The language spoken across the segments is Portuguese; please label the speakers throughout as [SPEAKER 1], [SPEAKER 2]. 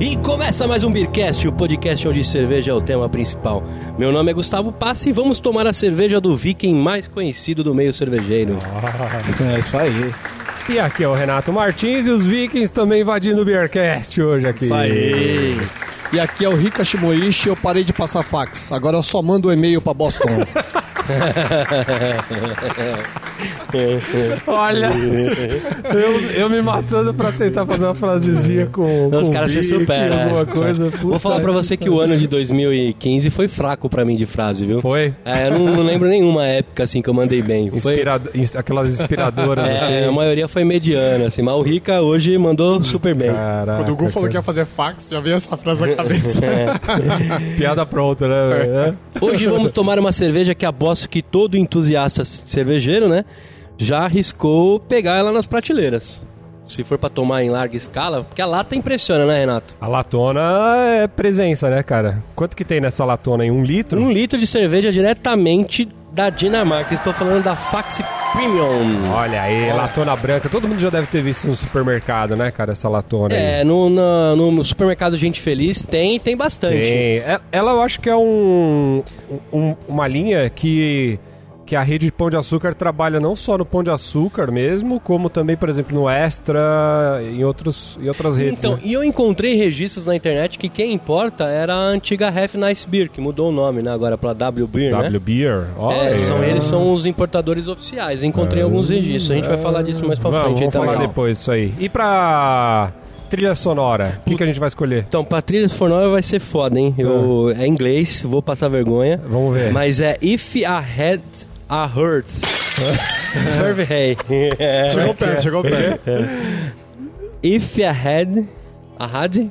[SPEAKER 1] E começa mais um Beercast, o podcast onde cerveja é o tema principal. Meu nome é Gustavo Passi e vamos tomar a cerveja do viking mais conhecido do meio cervejeiro.
[SPEAKER 2] É isso aí.
[SPEAKER 3] E aqui é o Renato Martins e os Vikings também invadindo o Beercast hoje aqui.
[SPEAKER 2] Isso aí. E aqui é o Rica Shimoishi, eu parei de passar fax. Agora eu só mando um e-mail pra Boston.
[SPEAKER 3] Olha, eu, eu me matando pra tentar fazer uma frasezinha com.
[SPEAKER 1] Os
[SPEAKER 3] com
[SPEAKER 1] caras se
[SPEAKER 3] Viking,
[SPEAKER 1] superam.
[SPEAKER 3] Alguma
[SPEAKER 1] né?
[SPEAKER 3] coisa.
[SPEAKER 1] Vou falar pra você que o ano de 2015 foi fraco pra mim de frase, viu?
[SPEAKER 3] Foi?
[SPEAKER 1] É, eu não, não lembro nenhuma época assim que eu mandei bem. Foi,
[SPEAKER 3] Inspirado, ins- Aquelas inspiradoras
[SPEAKER 1] é, a
[SPEAKER 3] assim.
[SPEAKER 1] maioria foi mediana, assim, mas o Rica hoje mandou super bem.
[SPEAKER 3] Caraca,
[SPEAKER 2] Quando o Gu falou que
[SPEAKER 3] cara.
[SPEAKER 2] ia fazer fax, já veio essa frase na cabeça.
[SPEAKER 3] piada pronta, né? velho?
[SPEAKER 1] Hoje vamos tomar uma cerveja que aposto que todo entusiasta cervejeiro, né, já arriscou pegar ela nas prateleiras. Se for pra tomar em larga escala, porque a lata impressiona, né, Renato?
[SPEAKER 3] A latona é presença, né, cara? Quanto que tem nessa latona aí? Um litro?
[SPEAKER 1] Um litro de cerveja diretamente da Dinamarca. Estou falando da Fax Premium.
[SPEAKER 3] Olha aí, latona branca. Todo mundo já deve ter visto no supermercado, né, cara? Essa latona aí.
[SPEAKER 1] É, no, na- no supermercado Gente Feliz tem, tem bastante.
[SPEAKER 3] Tem. É- Ela eu acho que é um, um- uma linha que, que a rede de Pão de Açúcar trabalha não só no Pão de Açúcar mesmo, como também, por exemplo, no Extra, em, outros, em outras redes.
[SPEAKER 1] Então,
[SPEAKER 3] né?
[SPEAKER 1] e eu encontrei registros na internet que quem importa era a antiga Half Nice Beer, que mudou o nome né, agora pra W Beer, né?
[SPEAKER 3] W Beer. Olha.
[SPEAKER 1] É,
[SPEAKER 3] aí.
[SPEAKER 1] são, eles são os importadores oficiais. Encontrei alguns registros. A gente vai falar disso mais pra
[SPEAKER 3] Vamos,
[SPEAKER 1] frente.
[SPEAKER 3] vamos
[SPEAKER 1] então,
[SPEAKER 3] falar
[SPEAKER 2] legal.
[SPEAKER 3] depois isso aí. E pra trilha sonora, o que, que a gente vai escolher?
[SPEAKER 1] então Patrícia Fornova vai ser foda, hein? Eu, É inglês, vou passar vergonha.
[SPEAKER 3] Vamos ver.
[SPEAKER 1] Mas é If a Head a Hurt. Serve hey.
[SPEAKER 2] chegou perto, chegou perto.
[SPEAKER 1] If a Head a Had a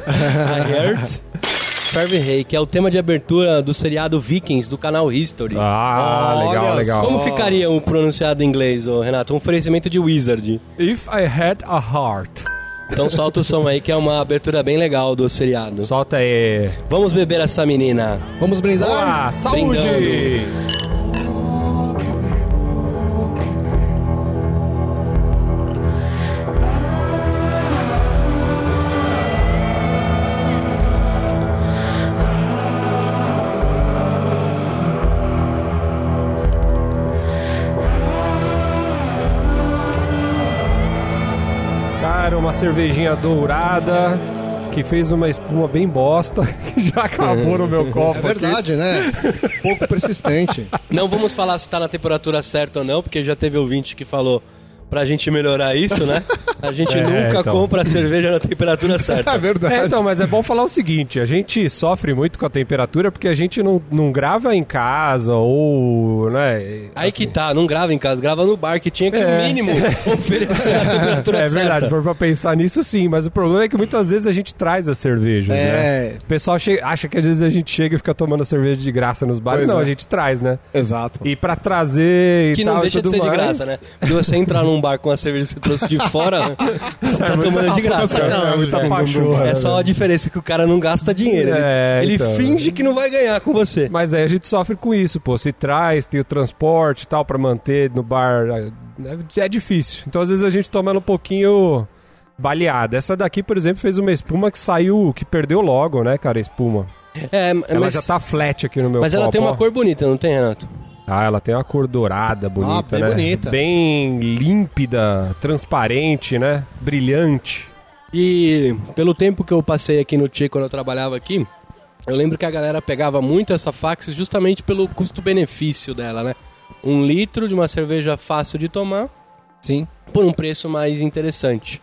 [SPEAKER 1] Hurt. Serve hey, que é o tema de abertura do seriado Vikings do canal History.
[SPEAKER 3] Ah,
[SPEAKER 2] Olha
[SPEAKER 3] legal, legal.
[SPEAKER 1] Como ficaria o pronunciado em inglês, ô, Renato? Um oferecimento de Wizard.
[SPEAKER 3] If I Had a Heart.
[SPEAKER 1] Então solta o som aí, que é uma abertura bem legal do seriado.
[SPEAKER 3] Solta aí.
[SPEAKER 1] Vamos beber essa menina.
[SPEAKER 2] Vamos brindar?
[SPEAKER 3] Ah, saúde!
[SPEAKER 1] Brindando.
[SPEAKER 3] Cara, uma cervejinha dourada que fez uma espuma bem bosta que já acabou no meu copo.
[SPEAKER 2] É verdade, né? Pouco persistente.
[SPEAKER 1] Não vamos falar se tá na temperatura certa ou não, porque já teve ouvinte que falou pra gente melhorar isso, né? A gente
[SPEAKER 3] É,
[SPEAKER 1] nunca
[SPEAKER 3] então.
[SPEAKER 1] compra a cerveja na temperatura
[SPEAKER 2] É
[SPEAKER 1] certa.
[SPEAKER 2] verdade.
[SPEAKER 3] É, então, mas é bom falar o seguinte: a gente sofre muito com a temperatura porque a gente não, não grava em casa ou. Né,
[SPEAKER 1] Aí que tá, não grava em casa, grava no bar, que tinha que, no
[SPEAKER 3] É.
[SPEAKER 1] mínimo, oferecer a temperatura
[SPEAKER 3] É
[SPEAKER 1] certa.
[SPEAKER 3] verdade, for pra pensar nisso sim, mas o problema é que muitas vezes a gente traz as cervejas,
[SPEAKER 2] É.
[SPEAKER 3] né? O pessoal che- acha que às vezes a gente chega e fica tomando cerveja de graça nos bares.
[SPEAKER 2] Pois
[SPEAKER 3] não,
[SPEAKER 2] é.
[SPEAKER 3] a gente traz, né?
[SPEAKER 2] Exato.
[SPEAKER 3] E pra trazer e
[SPEAKER 1] Que
[SPEAKER 3] tal
[SPEAKER 1] não
[SPEAKER 3] e
[SPEAKER 1] deixa de
[SPEAKER 3] tudo
[SPEAKER 1] ser de
[SPEAKER 3] mais,
[SPEAKER 1] graça, né? Porque você entrar num bar com a cerveja que você trouxe de fora, você tá tomando de graça. né?
[SPEAKER 3] É muita pachorra.
[SPEAKER 1] É só a diferença que o cara não gasta dinheiro. Ele,
[SPEAKER 3] É,
[SPEAKER 1] ele
[SPEAKER 3] então.
[SPEAKER 1] finge que não vai ganhar com você.
[SPEAKER 3] Mas aí a gente sofre com isso, pô. Se traz, tem o transporte e tal pra manter no bar. é- É difícil. Então às vezes a gente toma ela um pouquinho baleada. Essa daqui, por exemplo, fez uma espuma que saiu, que perdeu logo, né, cara? A espuma.
[SPEAKER 1] É,
[SPEAKER 3] Ela
[SPEAKER 1] mas,
[SPEAKER 3] já tá flat aqui no meu
[SPEAKER 1] mas ela
[SPEAKER 3] copo,
[SPEAKER 1] tem uma
[SPEAKER 3] ó.
[SPEAKER 1] cor bonita, não tem, Renato?
[SPEAKER 3] Ah, ela tem uma cor dourada, bonita,
[SPEAKER 2] Ah, bem
[SPEAKER 3] né?
[SPEAKER 2] bonita.
[SPEAKER 3] Bem límpida, transparente, né? Brilhante.
[SPEAKER 1] E pelo tempo que eu passei aqui no Tchê quando eu trabalhava aqui, eu lembro que a galera pegava muito essa fax justamente pelo custo-benefício dela, né? Um litro de uma cerveja fácil de tomar
[SPEAKER 2] Sim.
[SPEAKER 1] por um preço mais interessante.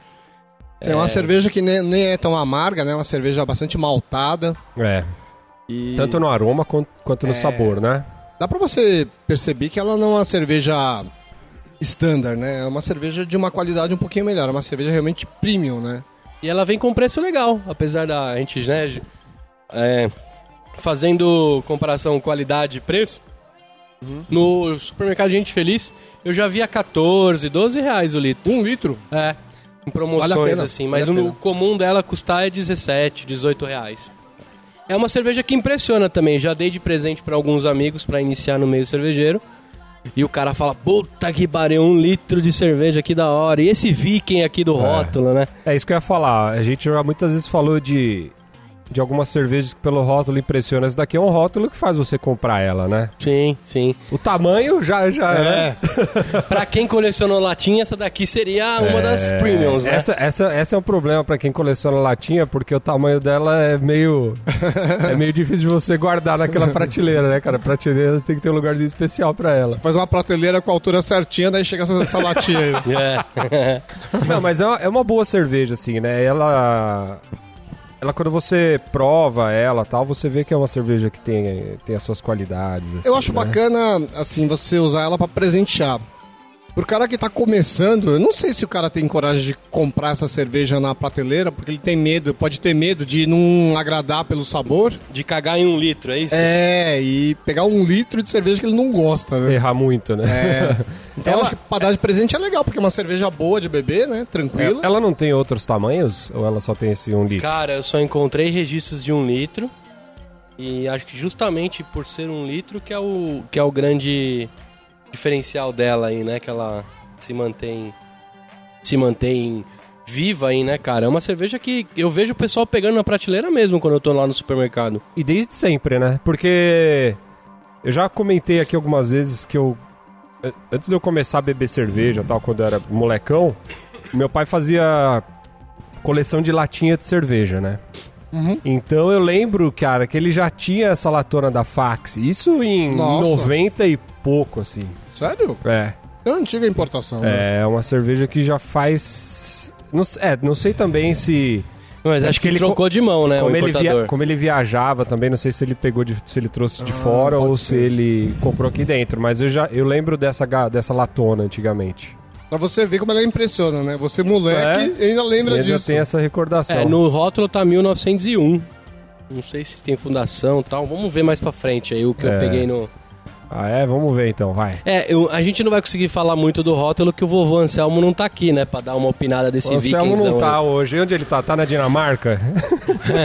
[SPEAKER 2] É uma cerveja que nem, nem é tão amarga, né? Uma cerveja bastante maltada.
[SPEAKER 3] É.
[SPEAKER 2] E É.
[SPEAKER 3] Tanto no aroma quan- quanto no sabor, né?
[SPEAKER 2] dá pra você perceber que ela não é uma cerveja standard, né? É uma cerveja de uma qualidade um pouquinho melhor. É uma cerveja realmente premium, né?
[SPEAKER 1] E ela vem com um preço legal, apesar da gente, né, é, fazendo comparação qualidade e preço.
[SPEAKER 3] Uhum.
[SPEAKER 1] No supermercado Gente Feliz, eu já via 14, 12 reais o litro.
[SPEAKER 2] Um litro.
[SPEAKER 1] É, em promoções
[SPEAKER 2] Vale a pena,
[SPEAKER 1] assim,
[SPEAKER 2] vale
[SPEAKER 1] mas
[SPEAKER 2] a
[SPEAKER 1] o
[SPEAKER 2] pena.
[SPEAKER 1] comum dela custar é 17, 18 reais. É uma cerveja que impressiona também, já dei de presente para alguns amigos para iniciar no meio cervejeiro. E o cara fala, puta que pariu, um litro de cerveja que da hora. E esse viking aqui do rótulo, né?
[SPEAKER 3] É isso que eu ia falar. A gente já muitas vezes falou de, de algumas cervejas que pelo rótulo impressiona. Esse daqui é um rótulo que faz você comprar ela, né?
[SPEAKER 1] Sim, sim.
[SPEAKER 3] O tamanho já, já é.
[SPEAKER 1] pra quem colecionou latinha, essa daqui seria é
[SPEAKER 2] É.
[SPEAKER 1] uma das premiums, né?
[SPEAKER 3] É, Essa, essa, essa é um problema pra quem coleciona latinha, porque o tamanho dela é meio. é meio difícil de você guardar naquela prateleira, né, cara? A prateleira tem que ter um lugarzinho especial pra ela.
[SPEAKER 2] Faz uma prateleira com a altura certinha, daí chega essa, essa latinha aí.
[SPEAKER 1] É.
[SPEAKER 3] Não, mas é uma, é uma boa cerveja, assim, né? Ela. Ela, quando você prova ela tal, você vê que é uma cerveja que tem, tem as suas qualidades. assim,
[SPEAKER 2] Eu acho
[SPEAKER 3] né?
[SPEAKER 2] bacana, assim, você usar ela pra presentear. Pro cara que tá começando, eu não sei se o cara tem coragem de comprar essa cerveja na prateleira, porque ele tem medo, pode ter medo de não agradar pelo sabor.
[SPEAKER 1] De cagar em um litro, é isso?
[SPEAKER 2] É, e pegar um litro de cerveja que ele não gosta, né?
[SPEAKER 3] Errar muito, né?
[SPEAKER 2] É. Então eu
[SPEAKER 3] Ela-
[SPEAKER 2] acho que pra dar de presente é legal, porque é uma cerveja boa de beber, né? Tranquila.
[SPEAKER 3] Ela não tem outros tamanhos? Ou ela só tem esse um litro?
[SPEAKER 1] Cara, eu só encontrei registros de um litro. E acho que justamente por ser um litro que é o, que é o grande diferencial dela aí, né? Que ela se mantém. Se mantém viva aí, né, cara? É uma cerveja que eu vejo o pessoal pegando na prateleira mesmo quando eu tô lá no supermercado.
[SPEAKER 3] E desde sempre, né? Porque eu já comentei aqui algumas vezes que eu. eh, Antes de eu começar a beber cerveja e tal, quando eu era molecão, meu pai fazia coleção de latinha de cerveja, né? Então eu lembro, cara, que ele já tinha essa latona da fax. Isso em
[SPEAKER 2] Nossa.
[SPEAKER 3] 90 e pouco, assim.
[SPEAKER 2] Sério?
[SPEAKER 3] É.
[SPEAKER 2] É uma antiga importação. né?
[SPEAKER 3] É uma cerveja que já faz. Não, s- é, não sei também se.
[SPEAKER 1] Mas
[SPEAKER 3] É
[SPEAKER 1] acho que ele trocou de mão, né?
[SPEAKER 3] Como
[SPEAKER 1] o
[SPEAKER 3] ele, via-
[SPEAKER 1] importador.
[SPEAKER 3] como ele viajava também, não sei se ele pegou, de- se ele trouxe de fora ou
[SPEAKER 2] Ah, pode
[SPEAKER 3] se
[SPEAKER 2] ser.
[SPEAKER 3] ele comprou aqui dentro, mas eu já eu lembro dessa, ga- dessa latona antigamente.
[SPEAKER 2] Pra você ver como ela impressiona, né? Você
[SPEAKER 3] É.
[SPEAKER 2] moleque ainda lembra
[SPEAKER 3] Eu já
[SPEAKER 2] disso.
[SPEAKER 3] tenho essa recordação.
[SPEAKER 1] É, no rótulo tá 1901. Não sei se tem fundação e tal. Vamos ver mais pra frente aí o que
[SPEAKER 3] É.
[SPEAKER 1] eu peguei no.
[SPEAKER 3] Ah, é? Vamos ver então, vai.
[SPEAKER 1] É, eu- a gente não vai conseguir falar muito do rótulo que o vovô Anselmo não tá aqui, né? Pra dar uma opinada desse
[SPEAKER 3] O Anselmo
[SPEAKER 1] Vikings.
[SPEAKER 3] não tá hoje. E Onde ele tá? Tá na Dinamarca?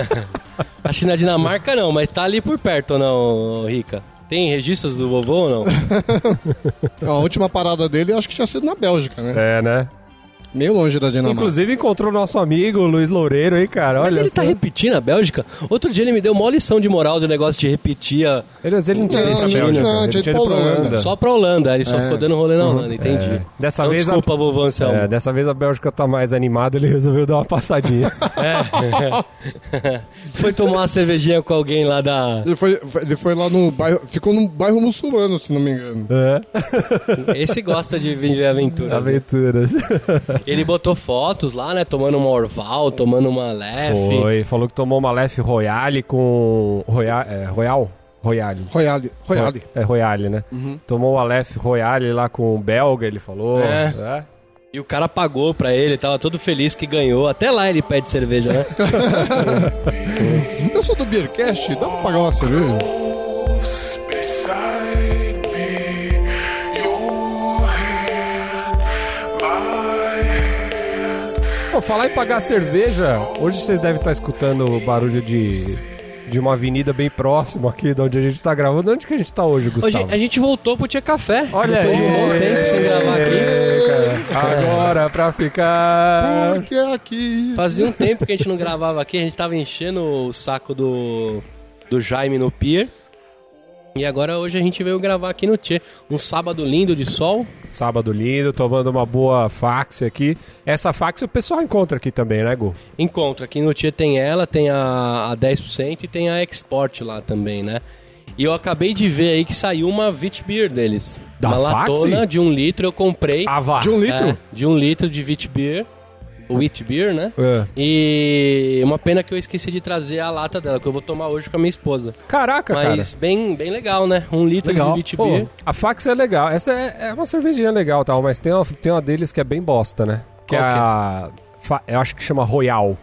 [SPEAKER 3] tá.
[SPEAKER 1] Acho que na Dinamarca não, mas tá ali por perto ou não, Rica? Tem registros do vovô ou não?
[SPEAKER 2] A última parada dele eu acho que tinha sido na Bélgica, né?
[SPEAKER 3] É, né?
[SPEAKER 2] Meio longe da Dinamarca.
[SPEAKER 3] Inclusive encontrou nosso amigo o Luiz Loureiro aí, cara.
[SPEAKER 1] mas
[SPEAKER 3] Olha
[SPEAKER 1] ele tá
[SPEAKER 3] só.
[SPEAKER 1] repetindo a Bélgica? Outro dia ele me deu uma lição de moral do negócio de repetir a...
[SPEAKER 3] Ele, ele não tinha
[SPEAKER 2] Não,
[SPEAKER 3] ido pra
[SPEAKER 2] não,
[SPEAKER 3] Bélgica, né?
[SPEAKER 2] não,
[SPEAKER 3] ele
[SPEAKER 2] tinha
[SPEAKER 3] tinha
[SPEAKER 2] ido
[SPEAKER 3] ido
[SPEAKER 2] pra
[SPEAKER 3] pra
[SPEAKER 2] Holanda.
[SPEAKER 3] Holanda.
[SPEAKER 1] só pra Holanda. Ele só
[SPEAKER 2] É.
[SPEAKER 1] ficou dando rolê na Holanda, entendi.
[SPEAKER 3] É. Dessa
[SPEAKER 1] Então,
[SPEAKER 3] vez a-
[SPEAKER 1] desculpa, vovô Anselmo.
[SPEAKER 3] É, dessa vez a Bélgica tá mais animada, ele resolveu dar uma passadinha.
[SPEAKER 1] Foi tomar uma cervejinha com alguém lá da...
[SPEAKER 2] Ele foi, foi- ele foi lá no bairro. Ficou num bairro muçulmano, se não me engano.
[SPEAKER 3] é.
[SPEAKER 1] Esse gosta de viver aventura. né?
[SPEAKER 3] Aventuras.
[SPEAKER 1] Ele botou fotos lá, né? Tomando uma Orval, tomando uma Lef.
[SPEAKER 3] Foi, falou que tomou uma Lef Royale com. Roya... É, Royal? Royale.
[SPEAKER 2] Royale. Royale. Uhum.
[SPEAKER 3] É Royale, né? Tomou uma Lef Royale lá com o belga, ele falou.
[SPEAKER 2] É.
[SPEAKER 3] né?
[SPEAKER 1] E o cara pagou pra ele, tava todo feliz que ganhou. Até lá ele pede cerveja, né?
[SPEAKER 3] É.
[SPEAKER 2] Eu sou do Beercast, dá pra pagar uma cerveja?
[SPEAKER 4] beside me, your hand, my hand.
[SPEAKER 3] Pô, falar em pagar cerveja, hoje vocês devem estar escutando o barulho de. De uma avenida bem próximo aqui de onde a gente tá gravando. Onde que a gente tá hoje,
[SPEAKER 1] Hoje
[SPEAKER 3] Gustavo?
[SPEAKER 1] a gente voltou pro Tia Café.
[SPEAKER 3] Olha
[SPEAKER 1] Depois de um bom
[SPEAKER 3] aí.
[SPEAKER 1] tempo sem gravar aqui.
[SPEAKER 3] Ei, cara. Agora, pra ficar.
[SPEAKER 2] Porque é aqui.
[SPEAKER 1] Fazia um tempo que a gente não gravava aqui, a gente tava enchendo o saco do, do Jaime no pier. E agora hoje a gente veio gravar aqui no Tchê. Um sábado lindo de sol.
[SPEAKER 3] Sábado lindo, tomando uma boa fax aqui. Essa fax o pessoal encontra aqui também, né, Gu?
[SPEAKER 1] Encontra. Aqui no Tia tem ela, tem a, a 10% e tem a Export lá também, né? E eu acabei de ver aí que saiu uma Vitbeer deles.
[SPEAKER 3] Da
[SPEAKER 1] uma
[SPEAKER 3] Faxi?
[SPEAKER 1] latona de um litro, eu comprei.
[SPEAKER 3] Ah, vá.
[SPEAKER 2] De um litro?
[SPEAKER 1] É, de um litro de Vitbeer. Wheatbeer, né?
[SPEAKER 3] É.
[SPEAKER 1] E uma pena que eu esqueci de trazer a lata dela, que eu vou tomar hoje com a minha esposa.
[SPEAKER 3] Caraca, cara.
[SPEAKER 1] Mas bem, bem legal, né? Um litro
[SPEAKER 2] Legal.
[SPEAKER 1] de Vitbeer.
[SPEAKER 3] Pô, a fax é legal. Essa é, é uma cervejinha legal, tal, mas tem uma, tem uma deles que é bem bosta, né? Que é
[SPEAKER 1] Qual que é?
[SPEAKER 3] a. fa- Eu acho que chama Royal. Hum.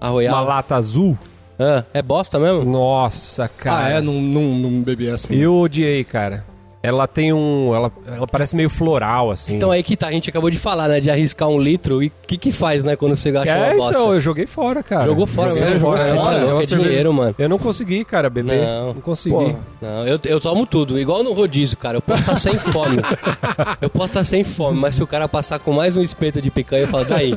[SPEAKER 1] A
[SPEAKER 3] Uma
[SPEAKER 1] Royal.
[SPEAKER 3] lata azul.
[SPEAKER 1] Ah, é bosta mesmo?
[SPEAKER 3] Nossa,
[SPEAKER 2] Ah,
[SPEAKER 3] cara.
[SPEAKER 2] é? Não, não, não bebi essa.
[SPEAKER 3] Eu odiei, cara. Ela tem um. Ela, ela parece meio floral, assim.
[SPEAKER 1] Então aí que tá, a gente acabou de falar, né? De arriscar um litro e o que que faz, né? Quando você gasta
[SPEAKER 3] é,
[SPEAKER 1] uma bosta.
[SPEAKER 3] então, eu joguei fora, cara.
[SPEAKER 1] Jogou fora,
[SPEAKER 2] Você
[SPEAKER 1] mesmo.
[SPEAKER 2] jogou
[SPEAKER 1] Ah,
[SPEAKER 2] fora?
[SPEAKER 1] isso é louco,
[SPEAKER 3] uma
[SPEAKER 1] é
[SPEAKER 3] cerveja-
[SPEAKER 1] dinheiro, mano.
[SPEAKER 3] Eu não consegui, cara, beber.
[SPEAKER 1] Não.
[SPEAKER 3] Não, consegui.
[SPEAKER 2] Porra.
[SPEAKER 1] Não, eu, eu tomo tudo, igual no rodízio, cara. Eu posso estar sem fome. Eu posso estar sem fome, mas se o cara passar com mais um espeto de picanha, eu falo, daí.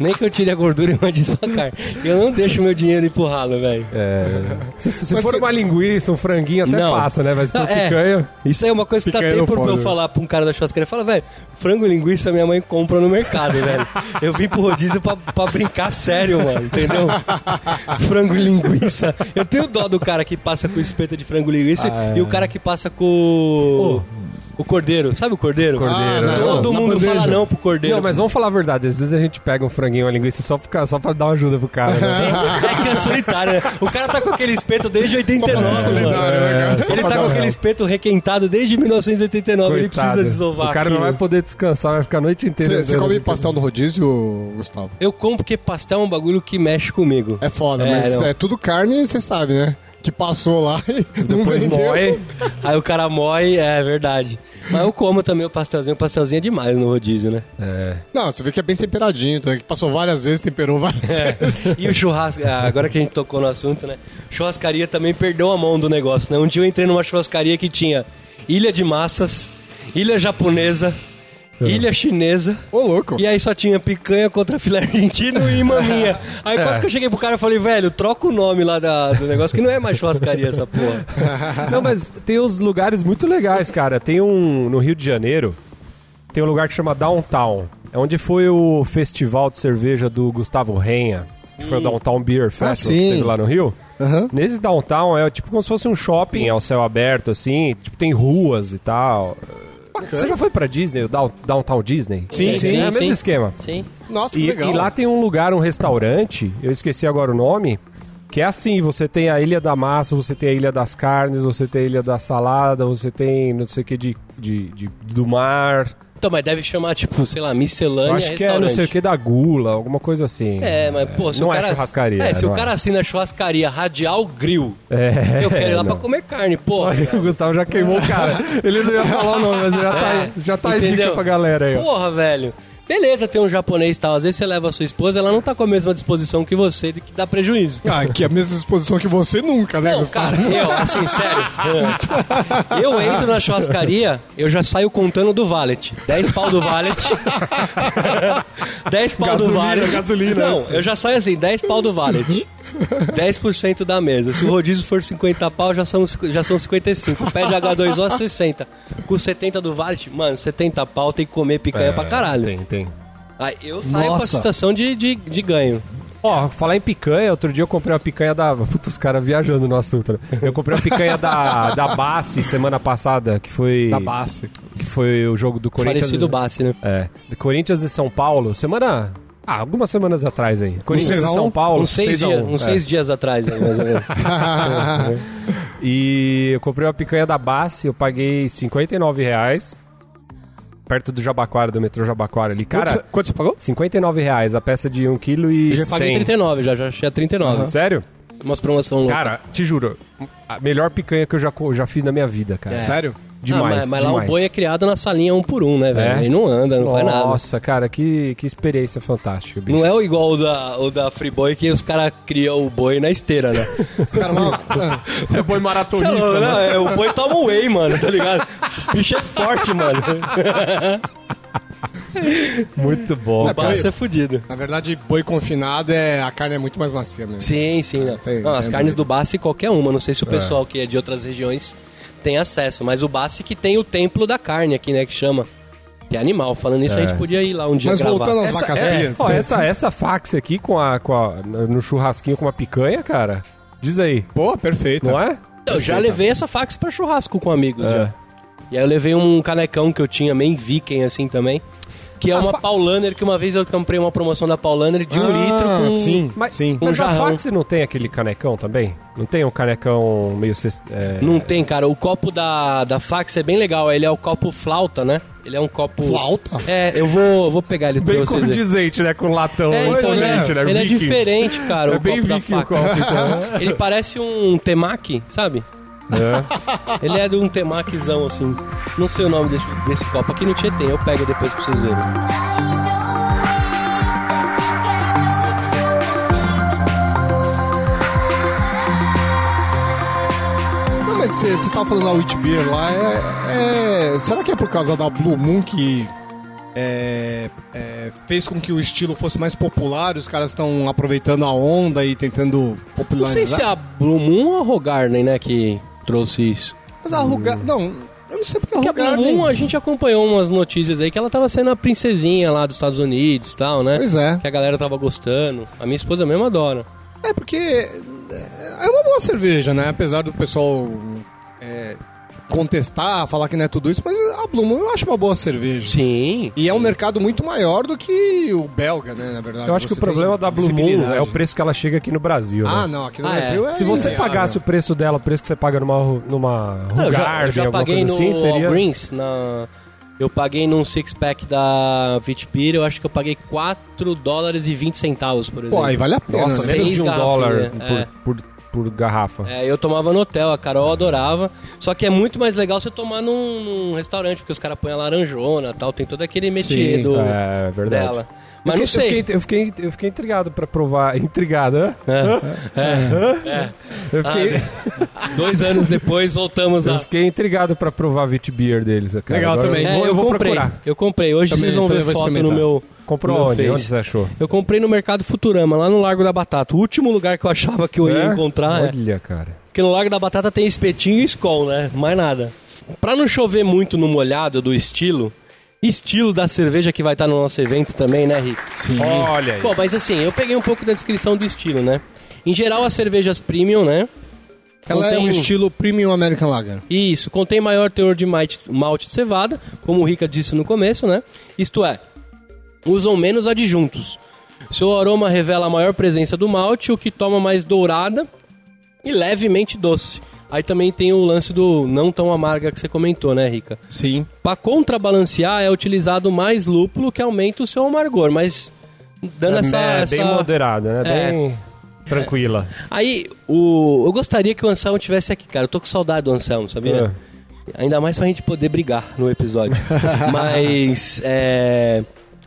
[SPEAKER 1] Nem que eu tire a gordura e mande só carne. Eu não deixo meu dinheiro ir pro ralo, velho.
[SPEAKER 3] É. Se, se
[SPEAKER 2] Mas
[SPEAKER 3] for
[SPEAKER 2] se-
[SPEAKER 3] uma linguiça, um franguinho até
[SPEAKER 1] Não.
[SPEAKER 3] passa, né? Mas
[SPEAKER 1] Não,
[SPEAKER 3] por
[SPEAKER 1] é.
[SPEAKER 3] picanha.
[SPEAKER 1] Isso aí é uma coisa que tá
[SPEAKER 2] Picanha
[SPEAKER 1] tempo
[SPEAKER 2] não
[SPEAKER 1] pra eu
[SPEAKER 2] pode.
[SPEAKER 1] falar pra um cara da churrascaria. Fala, velho, frango e linguiça minha mãe compra no mercado, velho. Eu vim pro rodízio pra, pra brincar sério, mano, entendeu? frango e linguiça. Eu tenho dó do cara que passa com espeto de frango e linguiça e o cara que passa com... O cordeiro. Sabe o cordeiro? Ah,
[SPEAKER 2] Cordeiro, né?
[SPEAKER 1] Todo
[SPEAKER 2] Na
[SPEAKER 1] mundo fala
[SPEAKER 2] bandeja.
[SPEAKER 1] não pro cordeiro.
[SPEAKER 3] Não, mas vamos falar a verdade. Às vezes a gente pega um franguinho, uma linguiça só pra, só pra dar uma ajuda pro cara. Né?
[SPEAKER 1] É que é solitário, né? O cara tá com aquele espeto desde 89,
[SPEAKER 2] Nossa,
[SPEAKER 1] mano.
[SPEAKER 2] solidário, né, cara?
[SPEAKER 3] só
[SPEAKER 1] Ele
[SPEAKER 3] pra
[SPEAKER 1] tá
[SPEAKER 3] dar
[SPEAKER 1] com
[SPEAKER 3] um
[SPEAKER 1] aquele
[SPEAKER 3] help.
[SPEAKER 1] espeto requentado desde 1989, ele
[SPEAKER 3] Coitado.
[SPEAKER 1] precisa desovar
[SPEAKER 3] O cara não
[SPEAKER 1] aquilo.
[SPEAKER 3] vai poder descansar, vai ficar a noite inteira.
[SPEAKER 2] Você você
[SPEAKER 3] andando
[SPEAKER 2] come
[SPEAKER 3] de-
[SPEAKER 2] pastel no rodízio, Gustavo?
[SPEAKER 1] Eu como porque pastel é um bagulho que mexe comigo.
[SPEAKER 2] É foda,
[SPEAKER 1] É,
[SPEAKER 2] mas
[SPEAKER 1] não.
[SPEAKER 2] é tudo carne, você sabe, né? Que passou lá e não
[SPEAKER 3] Depois
[SPEAKER 2] vendeu.
[SPEAKER 3] morre.
[SPEAKER 1] Aí o cara mói, é verdade. Mas eu como também o pastelzinho, o pastelzinho é demais no rodízio, né?
[SPEAKER 3] É.
[SPEAKER 2] Não, você vê que é bem temperadinho, tá? que passou várias vezes, temperou várias
[SPEAKER 1] É.
[SPEAKER 2] vezes.
[SPEAKER 1] E o churrasco, ah, agora que a gente tocou no assunto, né? Churrascaria também perdeu a mão do negócio, né? Um dia eu entrei numa churrascaria que tinha ilha de massas, ilha japonesa, ilha chinesa.
[SPEAKER 2] Ô, louco.
[SPEAKER 1] E aí só tinha picanha contra filé argentino e maminha. Aí quase que eu cheguei pro cara e falei, velho, troca o nome lá da- do negócio, que não é mais churrascaria essa porra.
[SPEAKER 3] Não, mas tem uns lugares muito legais, cara. Tem um no Rio de Janeiro, tem um lugar que chama Downtown. É onde foi o festival de cerveja do Gustavo Renha, que foi o Downtown Beer Festival
[SPEAKER 2] Hum. Ah, sim.
[SPEAKER 3] que teve lá no Rio.
[SPEAKER 2] Aham.
[SPEAKER 3] Nesse downtown é tipo como se fosse um shopping ao céu aberto, assim, tipo, tem ruas e tal. Você já foi pra Disney, o Down- Downtown Disney?
[SPEAKER 2] Sim, sim.
[SPEAKER 3] É o mesmo
[SPEAKER 1] sim.
[SPEAKER 3] esquema.
[SPEAKER 1] Sim.
[SPEAKER 2] Nossa, que
[SPEAKER 3] E,
[SPEAKER 2] legal.
[SPEAKER 3] e lá tem um lugar, um restaurante, eu esqueci agora o nome, que é assim, você tem a Ilha da Massa, você tem a Ilha das Carnes, você tem a Ilha da Salada, você tem não sei o que de, de, de- do mar.
[SPEAKER 1] Então, mas deve chamar, tipo, sei lá, miscelânea
[SPEAKER 3] Eu acho que é não sei o que da Gula, alguma coisa assim.
[SPEAKER 1] É, mas, pô, se
[SPEAKER 3] não
[SPEAKER 1] o cara...
[SPEAKER 3] é churrascaria.
[SPEAKER 1] É, se
[SPEAKER 3] não
[SPEAKER 1] o cara assina churrascaria radial grill,
[SPEAKER 3] É,
[SPEAKER 1] eu quero ir lá
[SPEAKER 3] não.
[SPEAKER 1] pra comer carne, porra.
[SPEAKER 3] Olha, o
[SPEAKER 1] velho.
[SPEAKER 3] Gustavo já queimou o cara. Ele não ia falar o nome, mas já tá,
[SPEAKER 1] É,
[SPEAKER 3] já tá a
[SPEAKER 1] entendeu?
[SPEAKER 3] dica pra galera aí. ó.
[SPEAKER 1] Porra, velho. Beleza, tem um japonês e tal. Às vezes você leva a sua esposa, ela não tá com a mesma disposição que você, que dá prejuízo.
[SPEAKER 2] Ah, que é a mesma disposição que você nunca, né,
[SPEAKER 1] Não,
[SPEAKER 2] Gustavo?
[SPEAKER 1] cara, eu, assim, sério. Eu entro na churrascaria, eu já saio contando do valet. 10 pau do valet. 10 pau do
[SPEAKER 3] Gasolina,
[SPEAKER 1] valet.
[SPEAKER 3] gasolina.
[SPEAKER 1] Não, eu já saio assim, 10 pau do valet. 10% da mesa. Se o rodízio for 50 pau, já são, já são 55. Pede H2O, 60. Com 70 do valet, mano, 70 pau tem que comer
[SPEAKER 3] É,
[SPEAKER 1] picanha é pra caralho.
[SPEAKER 3] Tem, tem.
[SPEAKER 1] Aí eu saio com a
[SPEAKER 2] Nossa.
[SPEAKER 1] situação de, de, de ganho.
[SPEAKER 3] Ó, falar em picanha, outro dia eu comprei uma picanha da. Puta, os caras viajando no assunto, né? Eu comprei uma picanha da, da Bassi semana passada, que foi.
[SPEAKER 2] Da base.
[SPEAKER 3] que foi o jogo do Corinthians.
[SPEAKER 1] Parecido Bassi, né?
[SPEAKER 3] É. Do Corinthians e São Paulo. Semana. Ah, algumas semanas atrás aí. Corinthians
[SPEAKER 2] seis a
[SPEAKER 3] e
[SPEAKER 2] um?
[SPEAKER 3] São Paulo.
[SPEAKER 1] Uns seis,
[SPEAKER 3] seis a
[SPEAKER 1] dias,
[SPEAKER 3] um,
[SPEAKER 1] uns
[SPEAKER 3] é.
[SPEAKER 1] seis dias atrás, aí, mais ou menos.
[SPEAKER 3] E eu comprei uma picanha da Bassi, eu paguei R$ 59 reais. Perto do Jabaquara, do metrô Jabaquara ali.
[SPEAKER 2] Quanto
[SPEAKER 3] Cara,
[SPEAKER 2] você- quanto você pagou?
[SPEAKER 3] 59 reais, a peça de 1 kg e
[SPEAKER 1] Eu já paguei
[SPEAKER 3] 100.
[SPEAKER 1] 39, já, já achei a 39.
[SPEAKER 3] Sério?
[SPEAKER 1] Umas promoção louca. Ah,
[SPEAKER 3] Cara, te juro, a melhor picanha que eu já, co- já fiz na minha vida, cara.
[SPEAKER 1] É.
[SPEAKER 2] Sério?
[SPEAKER 3] Demais,
[SPEAKER 1] Ah, mas mas lá
[SPEAKER 3] demais.
[SPEAKER 1] o boi é criado na salinha um por um, né, velho?
[SPEAKER 3] É?
[SPEAKER 1] Ele não anda, não
[SPEAKER 3] Nossa,
[SPEAKER 1] faz nada.
[SPEAKER 3] cara, que, que experiência fantástica, bicho.
[SPEAKER 1] Não é o igual o da, o da Freeboy que os caras criam o boi na esteira, né?
[SPEAKER 2] Cara, mas-
[SPEAKER 3] É boi
[SPEAKER 1] Sei lá,
[SPEAKER 3] né?
[SPEAKER 1] não, é, o boi toma whey, mano, tá ligado? O bicho é forte, mano. né?
[SPEAKER 3] Muito bom.
[SPEAKER 2] É,
[SPEAKER 1] O Barça é fudido.
[SPEAKER 2] na verdade, boi confinado, é, a carne é muito mais macia mesmo.
[SPEAKER 1] Sim, sim. Não.
[SPEAKER 2] Tem,
[SPEAKER 1] Não,
[SPEAKER 3] é
[SPEAKER 1] as
[SPEAKER 2] tem
[SPEAKER 1] carnes
[SPEAKER 2] bonito.
[SPEAKER 1] do Bassi, qualquer uma. Não sei se o pessoal que é de outras regiões tem acesso. Mas o Bassi que tem o templo da carne aqui, né, que chama. Que é animal. Falando isso, a
[SPEAKER 3] É.
[SPEAKER 1] gente podia ir lá um dia
[SPEAKER 2] Mas
[SPEAKER 1] gravar.
[SPEAKER 2] voltando às vacas
[SPEAKER 3] é,
[SPEAKER 2] frias. né?
[SPEAKER 3] ó, essa, essa fax aqui com a, com a- no churrasquinho com uma picanha, cara, diz aí,
[SPEAKER 2] Pô, perfeita.
[SPEAKER 3] não é?
[SPEAKER 1] Eu já levei essa fax pra churrasco com amigos,
[SPEAKER 3] É.
[SPEAKER 1] já. E aí eu levei um canecão que eu tinha, meio viking assim também. Que é
[SPEAKER 3] A
[SPEAKER 1] uma
[SPEAKER 3] fa-
[SPEAKER 1] Paulaner, que uma vez eu comprei uma promoção da Paulaner de um
[SPEAKER 2] Ah,
[SPEAKER 1] litro com...
[SPEAKER 2] Sim,
[SPEAKER 3] Mas,
[SPEAKER 2] sim.
[SPEAKER 3] mas
[SPEAKER 1] Um
[SPEAKER 3] a
[SPEAKER 1] jarrão.
[SPEAKER 3] fax não tem aquele canecão também? Não tem um canecão meio... cest- É...
[SPEAKER 1] Não tem, cara. O copo da, da fax é bem legal. Ele é o copo flauta, né? Ele é um copo...
[SPEAKER 2] Flauta?
[SPEAKER 1] É, eu vou, eu vou pegar ele pra
[SPEAKER 3] Bem
[SPEAKER 1] vocês verem.
[SPEAKER 3] condizente, né? Com latão. né,
[SPEAKER 1] É,
[SPEAKER 2] Pois
[SPEAKER 1] então,
[SPEAKER 2] é.
[SPEAKER 1] ele,
[SPEAKER 2] condizente,
[SPEAKER 1] é, ele é
[SPEAKER 3] Viking.
[SPEAKER 1] diferente, cara,
[SPEAKER 3] É
[SPEAKER 1] o
[SPEAKER 3] bem
[SPEAKER 1] copo né? da
[SPEAKER 3] viking o
[SPEAKER 1] fax.
[SPEAKER 3] copo, então.
[SPEAKER 1] ele parece um temaki, sabe? Ele é de um temaquizão, assim. Não sei o nome desse, desse copo. Aqui no Tietê, eu pego depois pra vocês verem.
[SPEAKER 2] Não, mas você você tava falando da Witbeer lá, é, é- Será que é por causa da Blue Moon que é, é, fez com que o estilo fosse mais popular? e Os caras estão aproveitando a onda e tentando
[SPEAKER 1] Não
[SPEAKER 2] popularizar?
[SPEAKER 1] sei se é a Blue Moon ou a Rogarden, né, que trouxe isso.
[SPEAKER 2] Mas a Ruga... Não, eu não sei porque a
[SPEAKER 1] Porque a
[SPEAKER 2] Ruga... é
[SPEAKER 1] Blue Moon, a gente acompanhou umas notícias aí que ela tava sendo a princesinha lá dos Estados Unidos e tal, né?
[SPEAKER 2] Pois é.
[SPEAKER 1] Que a galera tava gostando. A minha esposa mesmo adora.
[SPEAKER 2] É porque é uma boa cerveja, né? Apesar do pessoal é, contestar, falar que não é tudo isso, mas a Blue Moon eu acho uma boa cerveja.
[SPEAKER 1] Sim.
[SPEAKER 2] E é um mercado muito maior do que o belga, né? Na verdade.
[SPEAKER 3] Eu acho que o
[SPEAKER 2] Você
[SPEAKER 3] problema
[SPEAKER 2] tem
[SPEAKER 3] da Blue Moon
[SPEAKER 2] visibilidade.
[SPEAKER 3] é o preço que ela chega aqui no Brasil.
[SPEAKER 2] Ah,
[SPEAKER 3] né?
[SPEAKER 2] não, aqui no
[SPEAKER 1] Ah, é.
[SPEAKER 2] Brasil é.
[SPEAKER 3] Se você
[SPEAKER 2] inviável.
[SPEAKER 3] pagasse o preço dela, o preço que você paga numa, ru- numa
[SPEAKER 1] Não, eu já, eu
[SPEAKER 3] Hogarden,
[SPEAKER 1] já
[SPEAKER 3] alguma
[SPEAKER 1] paguei
[SPEAKER 3] coisa
[SPEAKER 1] no
[SPEAKER 3] assim, seria...
[SPEAKER 1] Walgreens, na... Eu paguei num six-pack da Vitpir, eu acho que eu paguei 4 dólares e 20 centavos, por exemplo.
[SPEAKER 2] Pô, aí vale a pena.
[SPEAKER 3] Nossa,
[SPEAKER 2] né?
[SPEAKER 1] Seis
[SPEAKER 3] menos de um
[SPEAKER 1] garrafinhas,
[SPEAKER 3] dólar
[SPEAKER 1] é.
[SPEAKER 3] por, por, por garrafa.
[SPEAKER 1] É, eu tomava no hotel, a Carol adorava. Só que é muito mais legal você tomar num, num restaurante, porque os caras põem a laranjona e tal, tem todo aquele métier
[SPEAKER 2] Sim,
[SPEAKER 1] do,
[SPEAKER 3] É, verdade.
[SPEAKER 1] dela. Mas
[SPEAKER 3] Eu
[SPEAKER 1] não
[SPEAKER 3] fiquei-
[SPEAKER 1] sei.
[SPEAKER 3] Eu fiquei, eu fiquei, eu fiquei intrigado pra provar. Intrigado, hã?
[SPEAKER 1] É.
[SPEAKER 3] Eu
[SPEAKER 1] Ah,
[SPEAKER 3] fiquei,
[SPEAKER 1] Dois anos depois voltamos
[SPEAKER 3] eu
[SPEAKER 1] a.
[SPEAKER 3] fiquei intrigado pra provar a Vitbeer deles. Cara.
[SPEAKER 2] Legal
[SPEAKER 3] Agora
[SPEAKER 2] também.
[SPEAKER 3] Eu
[SPEAKER 1] É,
[SPEAKER 3] vou, eu vou
[SPEAKER 1] comprei.
[SPEAKER 3] procurar.
[SPEAKER 1] Eu comprei. Hoje
[SPEAKER 2] Também-
[SPEAKER 1] vocês vão
[SPEAKER 2] também
[SPEAKER 1] ver
[SPEAKER 2] vou
[SPEAKER 1] foto no
[SPEAKER 2] experimentar.
[SPEAKER 1] meu.
[SPEAKER 3] Comprou
[SPEAKER 1] no meu
[SPEAKER 3] onde?
[SPEAKER 1] Face.
[SPEAKER 3] Onde você achou?
[SPEAKER 1] Eu comprei no mercado Futurama, lá no Largo da Batata. O último lugar que eu achava que eu ia
[SPEAKER 3] É?
[SPEAKER 1] encontrar. é.
[SPEAKER 3] Olha, cara.
[SPEAKER 1] Porque no Largo da Batata tem espetinho e escol, né? Mais nada. Pra não chover muito no molhado do estilo, estilo da cerveja que vai estar no nosso evento também, né, Rick?
[SPEAKER 2] Sim.
[SPEAKER 3] Olha aí.
[SPEAKER 1] Bom, mas assim, eu peguei um pouco da descrição do estilo, né? Em geral, as cervejas premium, né?
[SPEAKER 2] Ela é um
[SPEAKER 1] contém-
[SPEAKER 2] estilo premium American Lager.
[SPEAKER 1] Isso, contém maior teor de malte, malte de cevada, como o Rica disse no começo, né? Isto é, usam menos adjuntos. Seu aroma revela a maior presença do malte, o que toma mais dourada e levemente doce. Aí também tem o lance do não tão amarga que você comentou, né, Rica?
[SPEAKER 2] Sim.
[SPEAKER 1] Para contrabalancear é utilizado mais lúpulo que aumenta o seu amargor, mas dando essa,
[SPEAKER 3] é,
[SPEAKER 1] essa-
[SPEAKER 3] bem moderada, né?
[SPEAKER 1] É.
[SPEAKER 3] Bem tranquila.
[SPEAKER 1] Aí, o... eu gostaria que o Anselmo tivesse aqui, cara. Eu tô com saudade do Anselmo,
[SPEAKER 3] Ah.
[SPEAKER 1] sabia? Ainda mais pra gente poder brigar no episódio. Mas, é...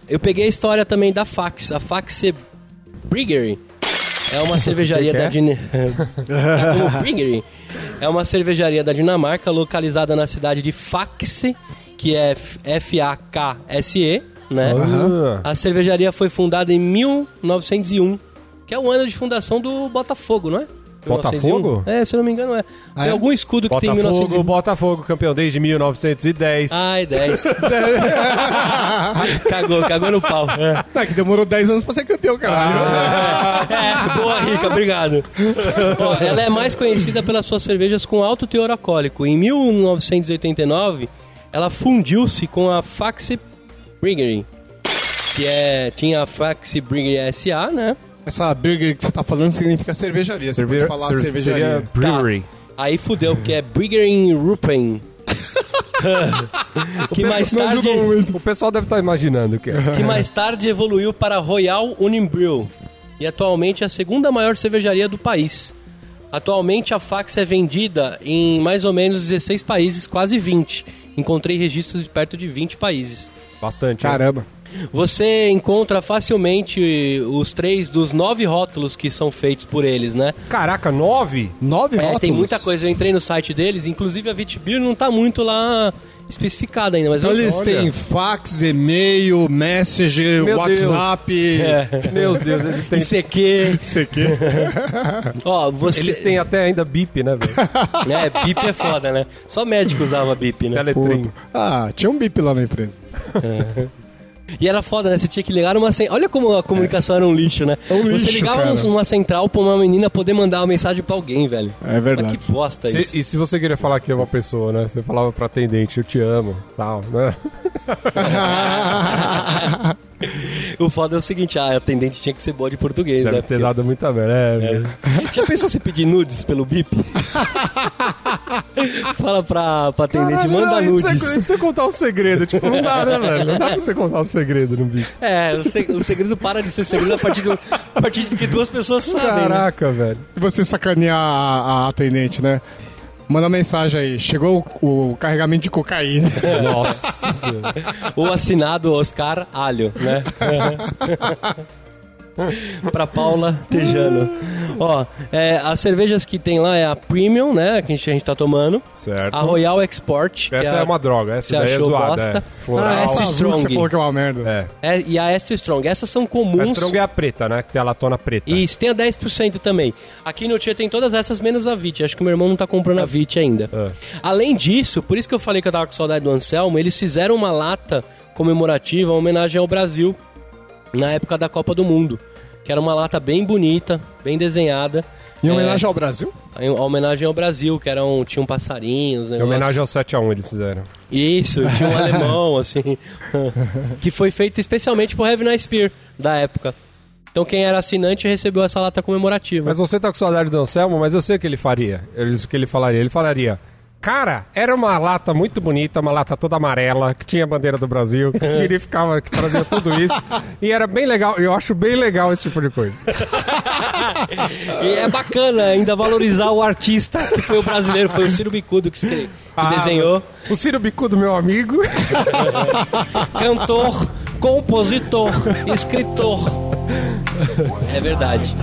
[SPEAKER 1] Eu peguei a história também da Fax. A Fax é Briggery. É uma cervejaria
[SPEAKER 3] Que que
[SPEAKER 1] da
[SPEAKER 3] é?
[SPEAKER 1] Dinamarca. Briggery. É uma cervejaria da Dinamarca, localizada na cidade de Faxe, que é F- F-A-K-S-E, né?
[SPEAKER 3] Aham.
[SPEAKER 1] A cervejaria foi fundada em 1901, que é o ano de fundação do Botafogo, não é?
[SPEAKER 3] Botafogo?
[SPEAKER 1] 1901? É, se eu não me engano é.
[SPEAKER 2] Ah,
[SPEAKER 1] tem
[SPEAKER 2] é?
[SPEAKER 1] algum escudo que tem um em
[SPEAKER 3] Botafogo,
[SPEAKER 1] 1901.
[SPEAKER 3] Botafogo, campeão desde 1910.
[SPEAKER 1] Ai, 10. cagou, cagou no pau. É,
[SPEAKER 2] É que demorou 10 anos pra ser campeão,
[SPEAKER 3] Ah.
[SPEAKER 2] caralho.
[SPEAKER 1] é, boa, Rica, obrigado. Ó, ela é mais conhecida pelas suas cervejas com alto teor alcoólico. Em 1989, ela fundiu-se com a Faxe Briggery, que é, tinha a Faxe Briggery SA, né?
[SPEAKER 2] Essa burger que você tá falando significa cervejaria. Você
[SPEAKER 3] Cerve-
[SPEAKER 2] pode falar
[SPEAKER 3] cer-
[SPEAKER 2] cervejaria. Tá.
[SPEAKER 3] Seria brewery.
[SPEAKER 1] Aí fudeu, porque é Brigger in Rupen. que, mais
[SPEAKER 2] não
[SPEAKER 1] tarde,
[SPEAKER 2] ajudou muito.
[SPEAKER 3] O pessoal deve estar imaginando que é.
[SPEAKER 1] que mais tarde evoluiu para Royal Unibrew. E atualmente é a segunda maior cervejaria do país. Atualmente a fax é vendida em mais ou menos 16 países, quase 20. Encontrei registros de perto de 20 países.
[SPEAKER 3] Bastante. né? hein?
[SPEAKER 2] Caramba.
[SPEAKER 1] Você encontra facilmente os três dos nove rótulos que são feitos por eles, né?
[SPEAKER 3] Caraca, nove?
[SPEAKER 2] Nove
[SPEAKER 1] É,
[SPEAKER 2] rótulos.
[SPEAKER 1] tem muita coisa. Eu entrei no site deles, inclusive a Vitbeer não tá muito lá especificada ainda, mas
[SPEAKER 2] Então
[SPEAKER 1] eu-
[SPEAKER 2] eles
[SPEAKER 1] olha.
[SPEAKER 2] têm fax, e-mail, messenger,
[SPEAKER 3] Meu É.
[SPEAKER 2] WhatsApp.
[SPEAKER 3] Meu Deus, eles têm.
[SPEAKER 1] ICQ.
[SPEAKER 2] CQ.
[SPEAKER 1] Ó,
[SPEAKER 2] é-
[SPEAKER 1] você.
[SPEAKER 3] Eles têm até ainda bip, né, velho?
[SPEAKER 1] Né, bip é foda, né? Só médico usava bip, né?
[SPEAKER 3] Teletrim.
[SPEAKER 2] Ah, tinha um bip lá na empresa.
[SPEAKER 1] E era foda, né? Você tinha que ligar uma. cen- Olha como a comunicação era um lixo, né?
[SPEAKER 2] É um
[SPEAKER 1] você
[SPEAKER 2] lixo,
[SPEAKER 1] ligava
[SPEAKER 2] cara.
[SPEAKER 1] uns- uma central pra uma menina poder mandar uma mensagem pra alguém, velho.
[SPEAKER 2] É
[SPEAKER 1] Mas
[SPEAKER 2] verdade.
[SPEAKER 1] que bosta
[SPEAKER 3] Se-
[SPEAKER 1] isso.
[SPEAKER 3] e se você queria falar que é uma pessoa, né? Você falava pra atendente, eu te amo, tal, né?
[SPEAKER 1] O foda é o seguinte: a atendente tinha que ser boa de português,
[SPEAKER 3] Deve
[SPEAKER 1] né?
[SPEAKER 3] ter dado muita merda. É, velho.
[SPEAKER 1] Já pensou você pedir nudes pelo bip? Fala pra, pra atendente,
[SPEAKER 3] Caralho,
[SPEAKER 1] manda
[SPEAKER 3] não, nem
[SPEAKER 1] nudes.
[SPEAKER 3] Precisa, nem precisa contar o segredo, tipo, não dá, né, velho? Não dá pra você contar o segredo no bip.
[SPEAKER 1] É, o, se- o segredo para de ser segredo a partir do, a partir de que duas pessoas sabem. Tá né?
[SPEAKER 3] Caraca, velho.
[SPEAKER 2] E você sacanear a, a atendente, né? Manda mensagem aí. Chegou o, o carregamento de cocaína.
[SPEAKER 1] É.
[SPEAKER 3] Nossa senhora.
[SPEAKER 1] Ou assinado Oscar Alho, né? pra Paula Tejano. Ó, é, as cervejas que tem lá é a Premium, né? Que a gente, a gente tá tomando.
[SPEAKER 3] Certo.
[SPEAKER 1] A Royal Export. que
[SPEAKER 3] Essa
[SPEAKER 1] a-
[SPEAKER 3] é uma droga,
[SPEAKER 1] Você
[SPEAKER 3] essa daí é
[SPEAKER 1] achou
[SPEAKER 3] zoada.
[SPEAKER 1] bosta?
[SPEAKER 3] É. Floral.
[SPEAKER 1] Ah,
[SPEAKER 2] essa
[SPEAKER 1] essa
[SPEAKER 2] azul que você
[SPEAKER 1] Strong.
[SPEAKER 2] falou que é uma merda.
[SPEAKER 3] É.
[SPEAKER 1] é, e a Esther Strong. Essas são
[SPEAKER 3] A
[SPEAKER 1] comuns.
[SPEAKER 3] Strong é a preta, né? Que tem a latona preta.
[SPEAKER 1] Isso, tem a 10% também. Aqui no Tia tem todas essas, menos a VIT. Acho que meu irmão não tá comprando a VIT ainda.
[SPEAKER 3] Ah.
[SPEAKER 1] Além disso, por isso que eu falei que eu tava com saudade do Anselmo, eles fizeram uma lata comemorativa, uma homenagem ao Brasil, na época da Copa do Mundo. Que era uma lata bem bonita, bem desenhada.
[SPEAKER 2] Em homenagem ao Brasil?
[SPEAKER 1] É, a homenagem ao Brasil, que era um, tinha um passarinho, os
[SPEAKER 3] Em
[SPEAKER 1] negócios.
[SPEAKER 3] homenagem ao 7x1 eles fizeram.
[SPEAKER 1] Isso, tinha um alemão, assim. que foi feito especialmente pro Heavy Nice Beer, da época. Então quem era assinante recebeu essa lata comemorativa.
[SPEAKER 3] Mas você tá com saudade do Anselmo, mas eu sei o que ele faria. Ele, o que ele falaria? Ele falaria... Cara, era uma lata muito bonita, uma lata toda amarela, que tinha a bandeira do Brasil, que significava, que trazia tudo isso. e era bem legal, eu acho bem legal esse tipo de coisa.
[SPEAKER 1] E é bacana ainda valorizar o artista que foi o brasileiro, foi o Ciro Bicudo que, escre- que
[SPEAKER 3] Ah,
[SPEAKER 1] desenhou.
[SPEAKER 3] O Ciro Bicudo, meu amigo.
[SPEAKER 1] Cantor, compositor, escritor. É verdade.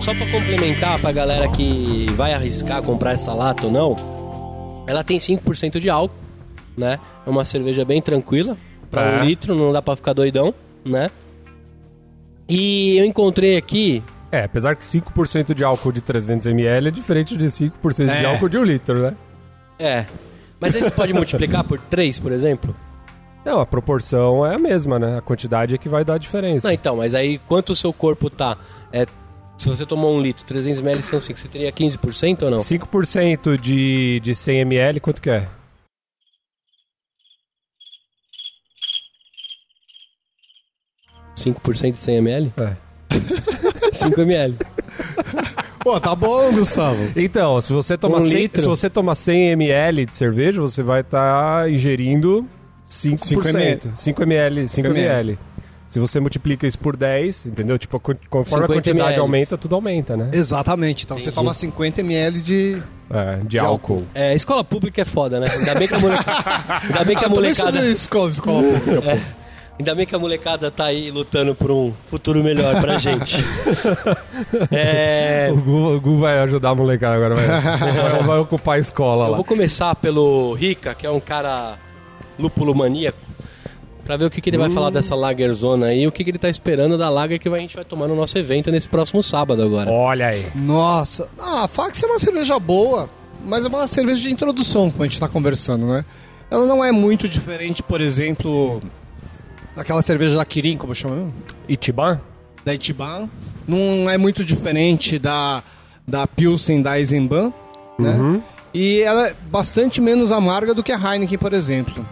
[SPEAKER 1] Só pra complementar pra galera que vai arriscar comprar essa lata ou não, ela tem 5% de álcool, né? É uma cerveja bem tranquila, pra
[SPEAKER 3] É.
[SPEAKER 1] um litro, não dá pra ficar doidão, né? E eu encontrei aqui
[SPEAKER 3] É, apesar que 5% de álcool de 300ml é diferente de 5% de
[SPEAKER 2] É.
[SPEAKER 3] álcool de 1 litro, né?
[SPEAKER 1] É. Mas aí você pode multiplicar por 3, por exemplo?
[SPEAKER 3] Não, a proporção é a mesma, né? A quantidade é que vai dar a diferença.
[SPEAKER 1] Não, então, mas aí quanto o seu corpo tá? É, se você tomou um litro, 300 ml são 5, você teria 15% ou não?
[SPEAKER 3] 5% de, de 100ml, quanto que é?
[SPEAKER 1] Cinco 5% de 100 ml?
[SPEAKER 3] É.
[SPEAKER 1] 5 ml.
[SPEAKER 2] Pô, tá bom, Gustavo.
[SPEAKER 3] Então, se você tomar,
[SPEAKER 1] Um
[SPEAKER 3] 100,
[SPEAKER 1] litro?
[SPEAKER 3] se você tomar 100ml de cerveja, você vai estar ingerindo 5%. 5ml, 5ml. Se você multiplica isso por 10, entendeu? Tipo, co- conforme a
[SPEAKER 1] 50
[SPEAKER 3] quantidade
[SPEAKER 1] ml.
[SPEAKER 3] aumenta, tudo aumenta, né?
[SPEAKER 2] Exatamente. Então você toma 50 ml de.
[SPEAKER 3] É, de,
[SPEAKER 2] álcool.
[SPEAKER 3] álcool.
[SPEAKER 1] É, escola pública é foda, né? Ainda bem que a, moleca... Ainda bem que a
[SPEAKER 2] Ah, também isso
[SPEAKER 1] molecada...
[SPEAKER 2] de escola, escola pública, pô.
[SPEAKER 1] Ainda bem que a molecada tá aí lutando por um futuro melhor pra gente. É...
[SPEAKER 3] O Gu, o Gu vai ajudar a molecada agora, vai, vai- vai ocupar a escola
[SPEAKER 1] Eu
[SPEAKER 3] lá.
[SPEAKER 1] vou começar pelo Rica, que é um cara lúpulo maníaco, pra ver o que, que ele vai
[SPEAKER 2] Hum.
[SPEAKER 1] falar dessa lager zona aí, o que, que ele tá esperando da lager que vai- a gente vai tomar no nosso evento nesse próximo sábado agora.
[SPEAKER 3] Olha aí.
[SPEAKER 2] Nossa. Ah, a Fax é uma cerveja boa, mas é uma cerveja de introdução, como a gente tá conversando, né? Ela não é muito diferente, por exemplo, daquela cerveja da Kirin, como chama?
[SPEAKER 3] Itiban?
[SPEAKER 2] Da Itiban. Não é muito diferente da, da Pilsen, da Eisenbahn, né? E ela é bastante menos amarga do que a Heineken, por exemplo.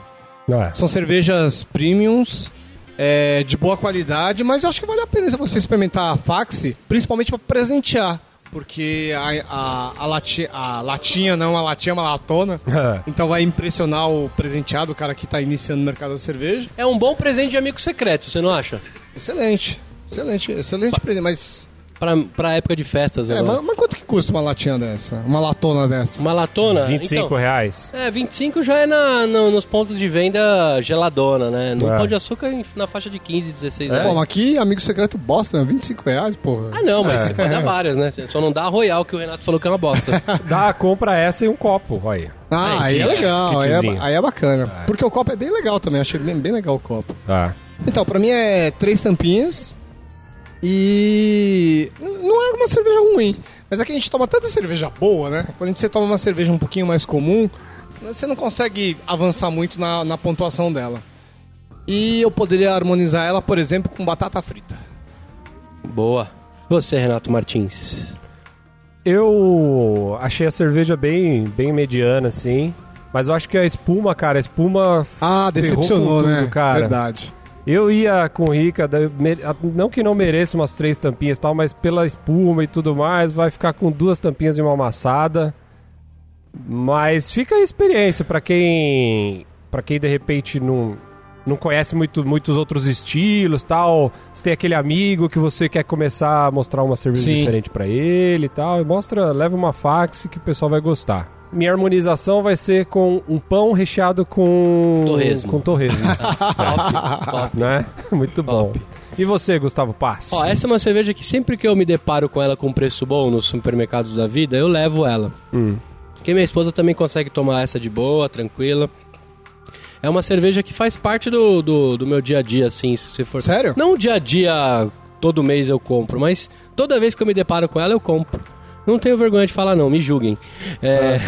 [SPEAKER 3] Não é.
[SPEAKER 2] São cervejas premiums, é, de boa qualidade, mas eu acho que vale a pena você experimentar a Faxi, principalmente para presentear. Porque a, a, a, lati- a latinha, não a latinha, é uma latona.
[SPEAKER 3] É.
[SPEAKER 2] então vai impressionar o presenteado, o cara que está iniciando o mercado da cerveja.
[SPEAKER 1] É um bom presente de amigo secreto, você não acha?
[SPEAKER 2] Excelente, excelente, excelente presente. Mas,
[SPEAKER 1] Pra, pra época de festas
[SPEAKER 2] é,
[SPEAKER 1] agora.
[SPEAKER 2] mas, mas quanto que custa uma latinha dessa? Uma latona dessa?
[SPEAKER 1] Uma latona?
[SPEAKER 3] 25
[SPEAKER 1] então,
[SPEAKER 3] reais.
[SPEAKER 1] É, 25 já é na, no- nos pontos de venda geladona, né? No
[SPEAKER 3] É.
[SPEAKER 1] pão de açúcar em- na faixa de 15, 16 reais.
[SPEAKER 2] Bom, mas aqui, amigo secreto bosta, né? 25 reais, porra.
[SPEAKER 1] Ah não,
[SPEAKER 2] É.
[SPEAKER 1] mas você pode dar várias, né? Você Só não dá a Royal, que o Renato falou que é uma bosta.
[SPEAKER 3] Dá, compra essa e um copo, aí.
[SPEAKER 2] Ah, aí é
[SPEAKER 1] kit,
[SPEAKER 2] legal, aí
[SPEAKER 3] kitzinho.
[SPEAKER 2] é, aí é bacana. Porque o copo é bem legal também, achei bem, bem legal o copo.
[SPEAKER 3] Tá.
[SPEAKER 2] Então, pra mim é três tampinhas e não é uma cerveja ruim, mas é que a gente toma tanta cerveja boa, né? Quando você toma uma cerveja um pouquinho mais comum, você não consegue avançar muito na, na pontuação dela. E eu poderia harmonizar ela, por exemplo, com batata frita.
[SPEAKER 1] Boa. Você, Renato Martins.
[SPEAKER 3] Eu achei a cerveja bem, bem mediana, assim. Mas eu acho que a espuma, cara, a espuma.
[SPEAKER 2] Ah,
[SPEAKER 3] ferrou
[SPEAKER 2] decepcionou,
[SPEAKER 3] com tudo,
[SPEAKER 2] né?
[SPEAKER 3] cara.
[SPEAKER 2] Verdade.
[SPEAKER 3] Eu ia com rica, da- me- a- não que não mereça umas três tampinhas e tal, mas pela espuma e tudo mais, vai ficar com duas tampinhas e uma amassada. Mas fica a experiência pra quem. para quem de repente não, não conhece muito, muitos outros estilos tal. Você tem aquele amigo que você quer começar a mostrar uma cerveja
[SPEAKER 2] Sim.
[SPEAKER 3] diferente pra ele e tal. E mostra, leva uma fax que o pessoal vai gostar. Minha harmonização vai ser com um pão recheado com
[SPEAKER 5] Torresmo.
[SPEAKER 3] com torresmo,
[SPEAKER 5] Top, top.
[SPEAKER 3] né? Muito bom. E você, Gustavo Pass?
[SPEAKER 1] Ó, essa é uma cerveja que sempre que eu me deparo com ela com preço bom nos supermercados da vida, eu levo ela. Porque minha esposa também consegue tomar essa de boa, tranquila. É uma cerveja que faz parte do, do, do meu dia a dia, assim, se você for.
[SPEAKER 2] Sério?
[SPEAKER 1] Não o dia a dia, todo mês eu compro, mas toda vez que eu me deparo com ela, eu compro. Não tenho vergonha de falar, não, me julguem. É,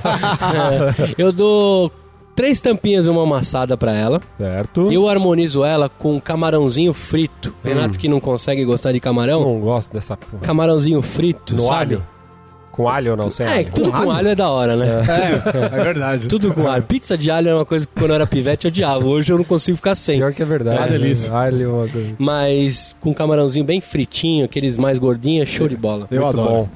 [SPEAKER 1] eu dou três tampinhas e uma amassada pra ela.
[SPEAKER 3] Certo.
[SPEAKER 1] Eu harmonizo ela com camarãozinho
[SPEAKER 3] Hum.
[SPEAKER 1] frito. Renato que não consegue gostar de camarão,
[SPEAKER 3] não gosto dessa porra.
[SPEAKER 1] camarãozinho frito,
[SPEAKER 3] Hum. No
[SPEAKER 1] sabe?
[SPEAKER 3] alho? Com alho ou não? Sem
[SPEAKER 1] É,
[SPEAKER 3] alho?
[SPEAKER 1] tudo com alho? é da hora, né?
[SPEAKER 2] É, é verdade.
[SPEAKER 1] Tudo com alho. Pizza de alho era uma coisa que quando eu era pivete eu odiava. Hoje eu não consigo ficar sem.
[SPEAKER 3] Pior que é verdade.
[SPEAKER 2] Uma
[SPEAKER 3] né?
[SPEAKER 2] delícia.
[SPEAKER 3] Alho, é uma coisa-
[SPEAKER 1] Mas com camarãozinho bem fritinho, aqueles mais gordinhos, é show de bola.
[SPEAKER 2] Eu
[SPEAKER 3] Muito
[SPEAKER 2] adoro.
[SPEAKER 3] bom.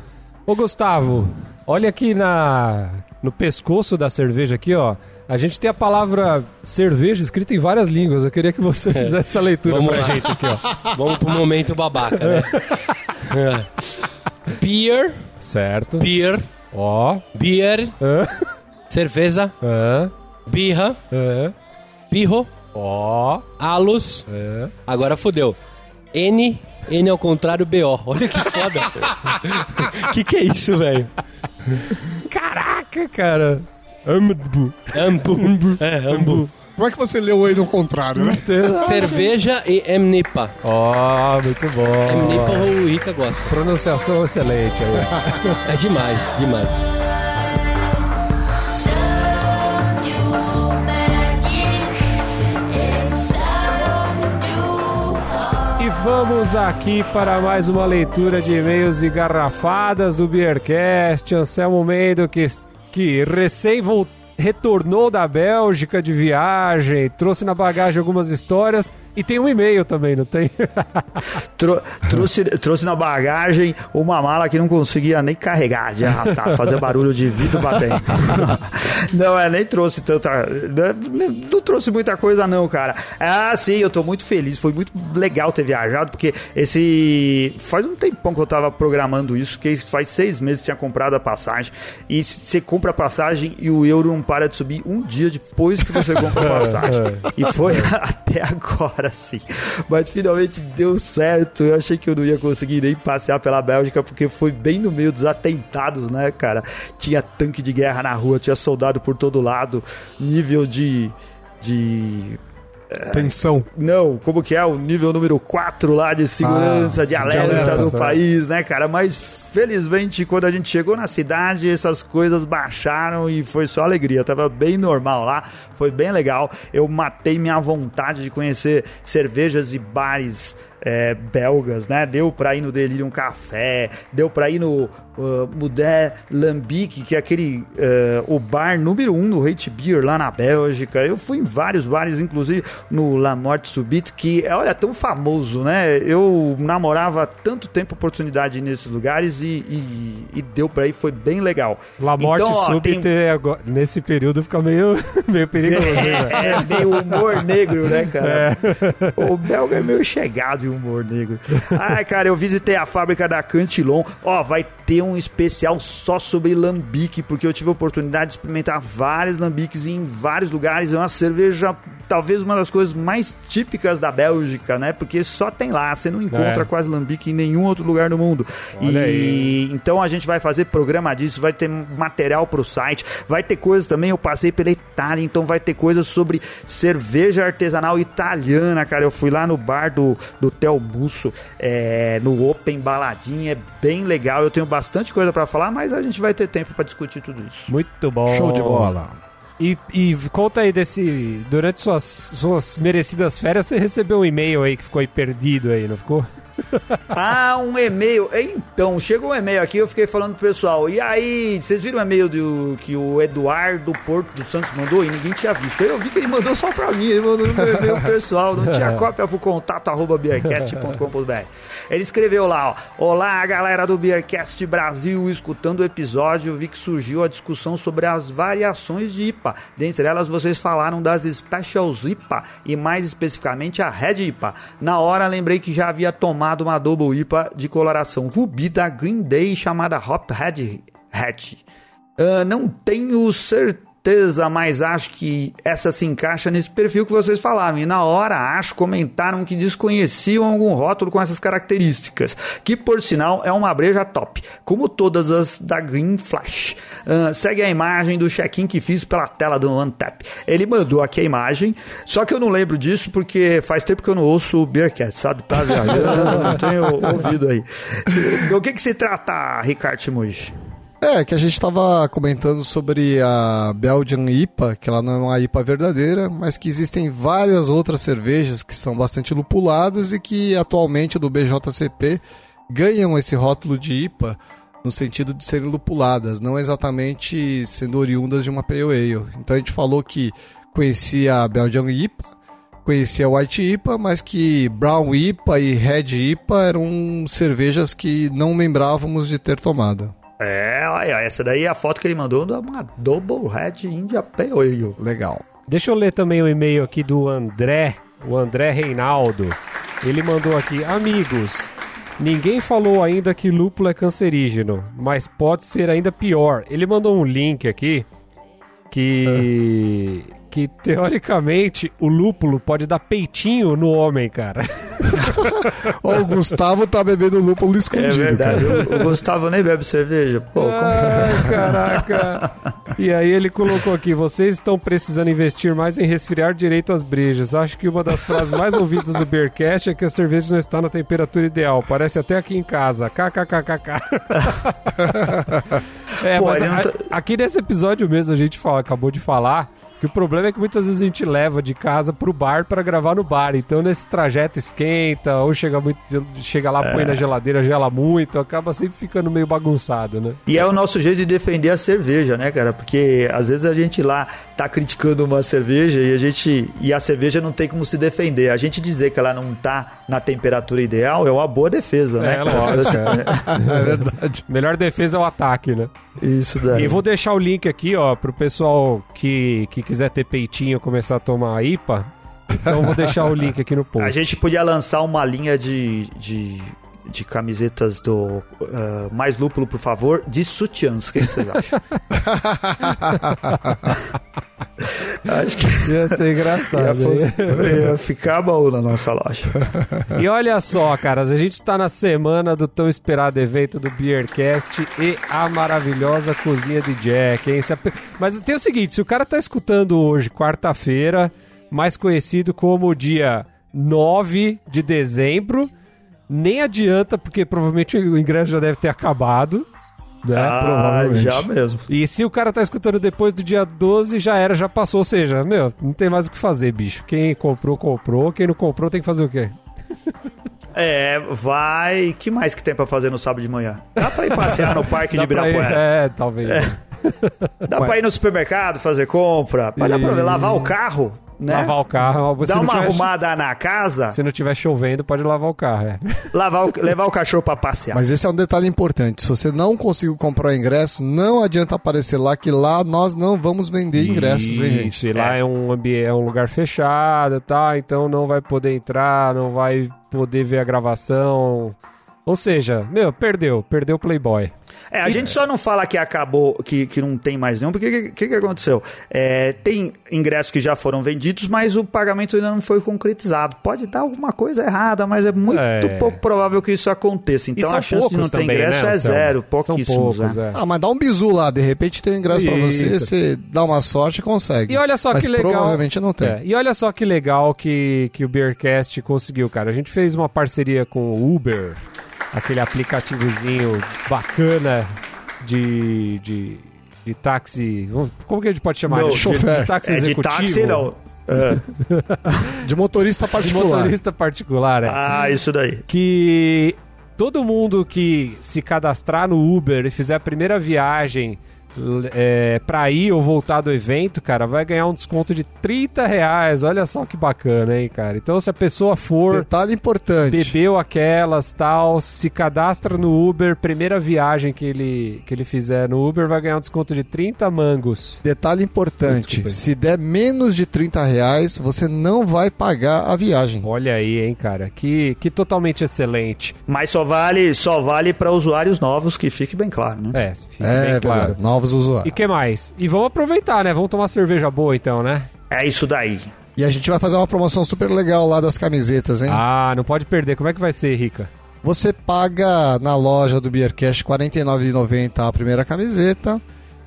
[SPEAKER 3] Ô, Gustavo, olha aqui na, no pescoço da cerveja aqui, ó. A gente tem a palavra cerveja escrita em várias línguas. Eu queria que você fizesse essa leitura
[SPEAKER 1] É. Vamos
[SPEAKER 3] pra
[SPEAKER 1] lá.
[SPEAKER 3] gente aqui, ó.
[SPEAKER 1] Vamos pro momento babaca, né? É. beer,
[SPEAKER 3] Certo.
[SPEAKER 1] beer,
[SPEAKER 3] Ó.
[SPEAKER 1] beer,
[SPEAKER 3] Hã?
[SPEAKER 1] cerveja,
[SPEAKER 3] Hã?
[SPEAKER 1] birra,
[SPEAKER 3] Hã?
[SPEAKER 1] birro,
[SPEAKER 3] Ó.
[SPEAKER 1] alus.
[SPEAKER 3] Hã?
[SPEAKER 1] Agora fodeu. N, N ao contrário, BO. Olha que foda. que que é isso, velho?
[SPEAKER 3] Caraca, cara. Ambu.
[SPEAKER 1] Ambu. É, ambu.
[SPEAKER 2] Como é que você leu aí no contrário, né?
[SPEAKER 1] Cerveja e Mnipa.
[SPEAKER 3] Ó, Ah, muito
[SPEAKER 6] É
[SPEAKER 1] Mnipa
[SPEAKER 3] bom.
[SPEAKER 1] o Rica gosta.
[SPEAKER 3] Pronunciação excelente aí.
[SPEAKER 1] É demais, demais.
[SPEAKER 3] E vamos aqui para mais uma leitura de e-mails e garrafadas do Beercast. Anselmo Mendo, que, que recém vol- retornou da Bélgica de viagem, trouxe na bagagem algumas histórias e tem um e-mail também, não tem?
[SPEAKER 6] Tro- trouxe, trouxe na bagagem uma mala que não conseguia nem carregar, de arrastar, fazer barulho de vidro batendo. não, é, nem trouxe tanta. Não, não trouxe muita coisa, não, cara. Ah, sim, eu tô muito feliz. Foi muito legal ter viajado, porque esse. Faz um tempão que eu tava programando isso, que faz seis meses que tinha comprado a passagem. E c- você compra a passagem e o euro não para de subir um dia depois que você compra a passagem. E foi até agora, sim. Mas finalmente deu certo. Eu achei que eu não ia conseguir nem passear pela Bélgica, porque foi bem no meio dos atentados, né, cara? Tinha tanque de guerra na rua, tinha soldado por todo lado, nível de. de.
[SPEAKER 2] Tensão.
[SPEAKER 6] Não, como que é? O nível número 4 lá de segurança, de
[SPEAKER 2] de
[SPEAKER 6] alerta
[SPEAKER 2] alerta,
[SPEAKER 6] no
[SPEAKER 3] sabe?
[SPEAKER 6] país, né, cara? Mas felizmente, quando a gente chegou na cidade, essas coisas baixaram e foi só alegria. Tava bem normal lá, foi bem legal. Eu matei minha vontade de conhecer cervejas e bares. é, belgas, né? Deu pra ir no Delirium Café, deu pra ir no uh, Mudé Lambique, que é aquele eh, o bar número um no Hate Beer lá na Bélgica. Eu fui em vários bares, inclusive no La Morte Subite, que olha, tão famoso, né? Eu namorava há tanto tempo oportunidade nesses lugares e, e- e deu pra ir, foi bem legal.
[SPEAKER 3] La morte
[SPEAKER 6] Então, ó,
[SPEAKER 3] súbita
[SPEAKER 6] tem-
[SPEAKER 3] é agora- nesse período fica meio, meio perigoso. né?
[SPEAKER 6] é, é meio humor negro, né, cara? O belga é meio chegado em humor negro. Ai, cara, eu visitei a fábrica da Cantilon. Ó, vai ter um especial só sobre lambique, porque eu tive a oportunidade de experimentar vários lambiques em vários lugares. É uma cerveja, talvez uma das coisas mais típicas da Bélgica, né? Porque só tem lá, você não encontra
[SPEAKER 3] É.
[SPEAKER 6] quase lambique em nenhum outro lugar do mundo.
[SPEAKER 3] Olha
[SPEAKER 6] e
[SPEAKER 3] aí.
[SPEAKER 6] então a gente vai fazer programa disso, vai ter material pro site, vai ter coisas também, eu passei pela Itália, então vai ter coisas sobre cerveja artesanal italiana, cara. Eu fui lá no bar do, do Tel Busso, é, no Open Baladinha, é bem legal. Eu tenho bastante coisa pra falar, mas a gente vai ter tempo pra discutir tudo isso.
[SPEAKER 3] Muito bom.
[SPEAKER 2] Show de bola.
[SPEAKER 3] E, e conta aí desse. Durante suas, suas merecidas férias, você recebeu um e-mail aí que ficou aí perdido aí, não ficou?
[SPEAKER 6] Ah, um e-mail. Então, chegou um e-mail aqui, eu fiquei falando pro pessoal. E aí, vocês viram o e-mail do, que o Eduardo Porto dos Santos mandou e ninguém tinha visto. Eu vi que ele mandou só pra mim, ele mandou no meu e-mail pessoal. Não tinha cópia pro contato arroba beercast.com.br. Ele escreveu lá, ó. Olá, galera do Beercast Brasil. Escutando o episódio, vi que surgiu a discussão sobre as variações de IPA. Dentre elas, vocês falaram das Specials IPA e mais especificamente a Red IPA. Na hora, lembrei que já havia tomado uma Double IPA de coloração rubi da Green Day chamada Hop Red Hatch. Ah, não tenho certeza, mas acho que essa se encaixa nesse perfil que vocês falaram. E na hora, acho, comentaram que desconheciam algum rótulo com essas características, que por sinal é uma breja top, como todas as da Green Flash. Ah, segue a imagem do check-in que fiz pela tela do OneTap. Ele mandou aqui a imagem, só que eu não lembro disso porque faz tempo que eu não ouço o Beercat, sabe? Tá viajando, eu não tenho ouvido aí. Se- Do que, que se trata, Ricardo Timuji?
[SPEAKER 2] É, que a gente tava comentando sobre a Belgian IPA, que ela não é uma IPA verdadeira, mas que existem várias outras cervejas que são bastante lupuladas e que atualmente do BJCP ganham esse rótulo de IPA no sentido de serem lupuladas, não exatamente sendo oriundas de uma Pale Ale. Então a gente falou que conhecia a Belgian IPA, conhecia a White IPA, mas que Brown IPA e Red IPA eram cervejas que não lembrávamos de ter tomado.
[SPEAKER 6] É, olha, essa daí é a foto que ele mandou de uma Double Red India Pale Ale.
[SPEAKER 2] Legal.
[SPEAKER 3] Deixa eu ler também o e-mail aqui do André, o André Reinaldo. Ele mandou aqui: Amigos, ninguém falou ainda que lúpulo é cancerígeno, mas pode ser ainda pior. Ele mandou um link aqui que. que teoricamente o lúpulo pode dar peitinho no homem, cara.
[SPEAKER 2] Ó, o Gustavo tá bebendo lúpulo
[SPEAKER 6] É
[SPEAKER 2] escondido,
[SPEAKER 6] verdade,
[SPEAKER 2] cara.
[SPEAKER 6] o, o Gustavo nem né, bebe cerveja. Pô, como...
[SPEAKER 3] Ai, caraca. E aí ele colocou aqui: vocês estão precisando investir mais em resfriar direito as brejas. Acho que uma das frases mais ouvidas do Beercast é que a cerveja não está na temperatura ideal. Parece até aqui em casa. KKKKK. é,
[SPEAKER 6] Pô,
[SPEAKER 3] mas
[SPEAKER 6] ele não
[SPEAKER 3] a-
[SPEAKER 6] tá-
[SPEAKER 3] aqui nesse episódio mesmo a gente fala- acabou de falar. Que o problema é que muitas vezes a gente leva de casa pro bar para gravar no bar. Então nesse trajeto esquenta, ou chega muito, chega lá,
[SPEAKER 6] É.
[SPEAKER 3] põe na geladeira, gela muito, acaba sempre ficando meio bagunçado, né?
[SPEAKER 6] E é o nosso jeito de defender a cerveja, né, cara? Porque às vezes a gente lá tá criticando uma cerveja e a gente e a cerveja não tem como se defender. A gente dizer que ela não tá na temperatura ideal é uma boa defesa, né?
[SPEAKER 3] É,
[SPEAKER 6] cara?
[SPEAKER 3] lógico, é.
[SPEAKER 2] É verdade.
[SPEAKER 3] Melhor defesa é o ataque, né?
[SPEAKER 6] Isso daí.
[SPEAKER 3] E vou deixar o link aqui, ó, pro pessoal que, que quiser ter peitinho e começar a tomar IPA. Então vou deixar o link aqui no
[SPEAKER 6] A
[SPEAKER 3] post.
[SPEAKER 6] gente podia lançar uma linha de, de, de camisetas do ah, Mais Lúpulo, por favor, de sutiãs. O que vocês acham? Acho que
[SPEAKER 3] Ia ser
[SPEAKER 6] ia,
[SPEAKER 3] engraçado. hein?
[SPEAKER 6] fos- ia ficar bom na nossa loja.
[SPEAKER 3] E olha só, caras, a gente tá na semana do tão esperado evento do Beercast e a maravilhosa cozinha de Jack, hein? Se a pe- Mas tem o seguinte, se o cara tá escutando hoje, quarta-feira, mais conhecido como dia 9 de dezembro, nem adianta, porque provavelmente o ingresso já deve ter acabado, né?
[SPEAKER 6] Ah,
[SPEAKER 2] É, provavelmente.
[SPEAKER 6] já mesmo.
[SPEAKER 3] E se o cara tá escutando depois do dia 12, já era, já passou. Ou seja, meu, não tem mais o que fazer, bicho. Quem comprou, comprou. Quem não comprou, tem que fazer o quê?
[SPEAKER 6] É, vai. que mais que tem pra fazer no sábado de manhã? Dá pra ir passear no parque
[SPEAKER 3] Dá
[SPEAKER 6] de
[SPEAKER 3] pra ir-
[SPEAKER 6] Ibirapuera?
[SPEAKER 3] É, talvez.
[SPEAKER 6] Dá pra ir no supermercado fazer compra? Dá pra
[SPEAKER 3] E-
[SPEAKER 6] lavar o carro? Né?
[SPEAKER 3] Lavar o carro. se
[SPEAKER 6] Dá
[SPEAKER 3] não
[SPEAKER 6] uma
[SPEAKER 3] tiver-
[SPEAKER 6] arrumada na casa,
[SPEAKER 3] Se não tiver chovendo, pode lavar o carro, é.
[SPEAKER 6] lavar o- levar o cachorro pra passear.
[SPEAKER 2] Mas esse é um detalhe importante. Se você não conseguiu comprar o ingresso, não adianta aparecer lá, que lá nós não vamos vender ingressos, hein, gente?
[SPEAKER 3] Isso, e lá é. um ambiente, é um lugar fechado, tá? Então não vai poder entrar, não vai poder ver a gravação. Ou seja, meu, perdeu, perdeu o Playboy.
[SPEAKER 6] É, a gente só não fala que acabou, que, que não tem mais nenhum, porque o que, que, que aconteceu? É, tem ingressos que já foram vendidos, mas o pagamento ainda não foi concretizado. Pode dar alguma coisa errada, mas é muito
[SPEAKER 3] É.
[SPEAKER 6] pouco provável que isso aconteça.
[SPEAKER 3] E
[SPEAKER 6] Então
[SPEAKER 3] são
[SPEAKER 6] a chance de não
[SPEAKER 3] poucos
[SPEAKER 6] ter
[SPEAKER 3] também,
[SPEAKER 6] ingresso
[SPEAKER 3] né,
[SPEAKER 6] é
[SPEAKER 3] Anselmo?
[SPEAKER 6] zero,
[SPEAKER 3] São
[SPEAKER 6] pouquíssimos.
[SPEAKER 3] poucos,
[SPEAKER 6] né?
[SPEAKER 3] é.
[SPEAKER 2] Ah, mas dá um bizu lá, de repente tem um ingresso pra você,
[SPEAKER 3] Isso.
[SPEAKER 2] você dá uma sorte e consegue.
[SPEAKER 3] E olha só
[SPEAKER 2] Mas
[SPEAKER 3] que legal.
[SPEAKER 2] provavelmente não tem.
[SPEAKER 3] É, e olha só que legal que, que o Beercast conseguiu, cara. A gente fez uma parceria com o Uber, aquele aplicativozinho bacana de, de, de táxi. Como que a gente pode chamar?
[SPEAKER 6] Não,
[SPEAKER 3] de,
[SPEAKER 2] chofer.
[SPEAKER 3] táxi
[SPEAKER 6] É de
[SPEAKER 3] executivo?
[SPEAKER 6] táxi não.
[SPEAKER 2] De motorista
[SPEAKER 3] De
[SPEAKER 2] particular.
[SPEAKER 3] motorista particular, é.
[SPEAKER 6] Ah, isso daí.
[SPEAKER 3] que todo mundo que se cadastrar no Uber e fizer a primeira viagem l- é, pra ir ou voltar do evento, cara, vai ganhar um desconto de 30 reais. Olha só que bacana, hein, cara. Então, se a pessoa for,
[SPEAKER 2] Detalhe importante.
[SPEAKER 3] bebeu aquelas, tal, se cadastra no Uber, primeira viagem que ele, que ele fizer no Uber, vai ganhar um desconto de 30 mangos.
[SPEAKER 2] Detalhe importante.
[SPEAKER 3] Desculpa aí.
[SPEAKER 2] se der menos de 30 reais, você não vai pagar a viagem.
[SPEAKER 3] Olha aí, hein, cara. Que, que totalmente excelente.
[SPEAKER 6] Mas só vale, só vale para usuários novos, que fique bem claro, né?
[SPEAKER 3] É,
[SPEAKER 2] é,
[SPEAKER 3] fica bem
[SPEAKER 2] verdade.
[SPEAKER 3] claro.
[SPEAKER 2] Novos
[SPEAKER 3] E
[SPEAKER 2] usuários.
[SPEAKER 3] que mais? E vamos aproveitar, né? Vamos tomar cerveja boa então, né?
[SPEAKER 6] É isso daí.
[SPEAKER 2] E a gente vai fazer uma promoção super legal lá das camisetas, hein?
[SPEAKER 3] Ah, não pode perder. Como é que vai ser, Rica?
[SPEAKER 2] Você paga na loja do Beercast R$ 49,90 a primeira camiseta.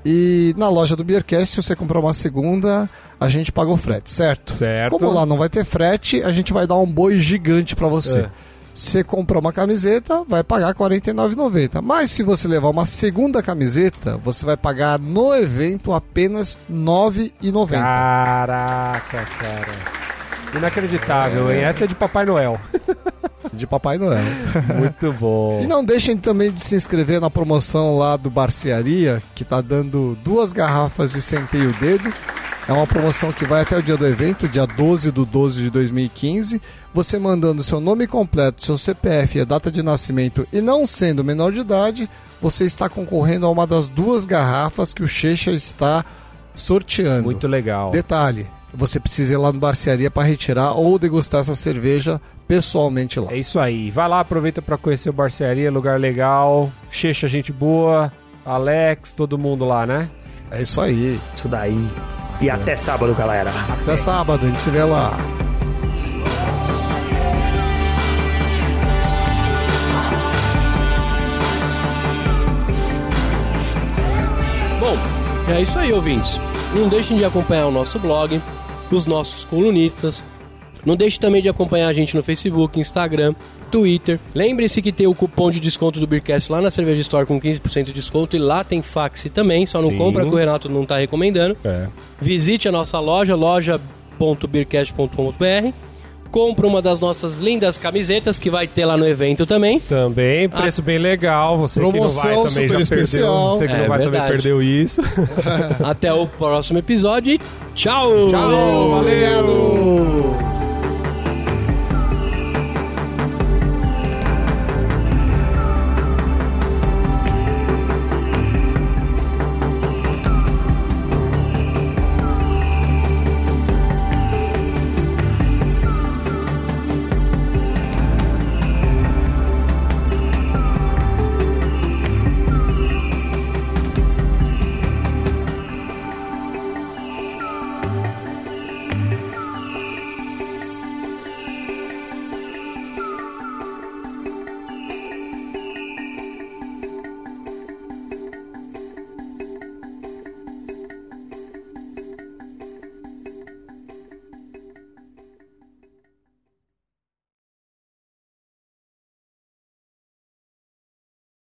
[SPEAKER 2] E na loja do Beercast, se você comprar uma segunda, a gente paga o frete, certo?
[SPEAKER 3] Certo.
[SPEAKER 2] Como lá não vai ter frete, a gente vai dar um boi gigante pra você.
[SPEAKER 3] É.
[SPEAKER 2] Se Você comprar uma camiseta, vai pagar R$ 49,90. Mas se você levar uma segunda camiseta, você vai pagar no evento apenas R$ 9,90.
[SPEAKER 3] Caraca, cara. Inacreditável, hein? Essa é de Papai Noel.
[SPEAKER 2] De Papai Noel.
[SPEAKER 3] Muito
[SPEAKER 2] E
[SPEAKER 3] bom.
[SPEAKER 2] não é deixem também de se inscrever na promoção lá do Barcearia, que tá dando duas garrafas de centeio dedo. É uma promoção que vai até o dia do evento, dia 12 do 12 de 2015. Você mandando seu nome completo, seu CPF e a data de nascimento e não sendo menor de idade, você está concorrendo a uma das duas garrafas que o Checha está sorteando.
[SPEAKER 3] Muito legal.
[SPEAKER 2] Detalhe, você precisa ir lá no Barcearia para retirar ou degustar essa cerveja pessoalmente lá.
[SPEAKER 3] É isso aí. Vai lá, aproveita pra conhecer o Barcearia, lugar legal. Checha, gente boa. Alex, todo mundo lá, né?
[SPEAKER 2] É isso aí.
[SPEAKER 6] Isso daí. E
[SPEAKER 3] É.
[SPEAKER 6] até sábado, galera.
[SPEAKER 2] Até sábado, a gente se vê lá.
[SPEAKER 1] Bom, é isso aí, ouvintes. Não deixem de acompanhar o nosso blog, os nossos colunistas. Não deixe também de acompanhar a gente no Facebook, Instagram, Twitter. Lembre-se que tem o cupom de desconto do Beercast lá na Cerveja Store com 15% de desconto e lá tem fax também, só não
[SPEAKER 3] Sim.
[SPEAKER 1] compra que o Renato não está recomendando.
[SPEAKER 3] É.
[SPEAKER 1] Visite a nossa loja, loja.beercast.com.br. Compre uma das nossas lindas camisetas que vai ter lá no evento também.
[SPEAKER 3] Também,
[SPEAKER 1] Ah,
[SPEAKER 3] preço bem legal. Você que não vai
[SPEAKER 2] Promoção
[SPEAKER 3] também já
[SPEAKER 2] super
[SPEAKER 3] perdeu.
[SPEAKER 2] especial.
[SPEAKER 3] Você que não
[SPEAKER 1] É
[SPEAKER 3] vai também
[SPEAKER 1] verdade.
[SPEAKER 3] perdeu isso. É.
[SPEAKER 1] Até o próximo episódio e tchau!
[SPEAKER 2] Tchau, valeu!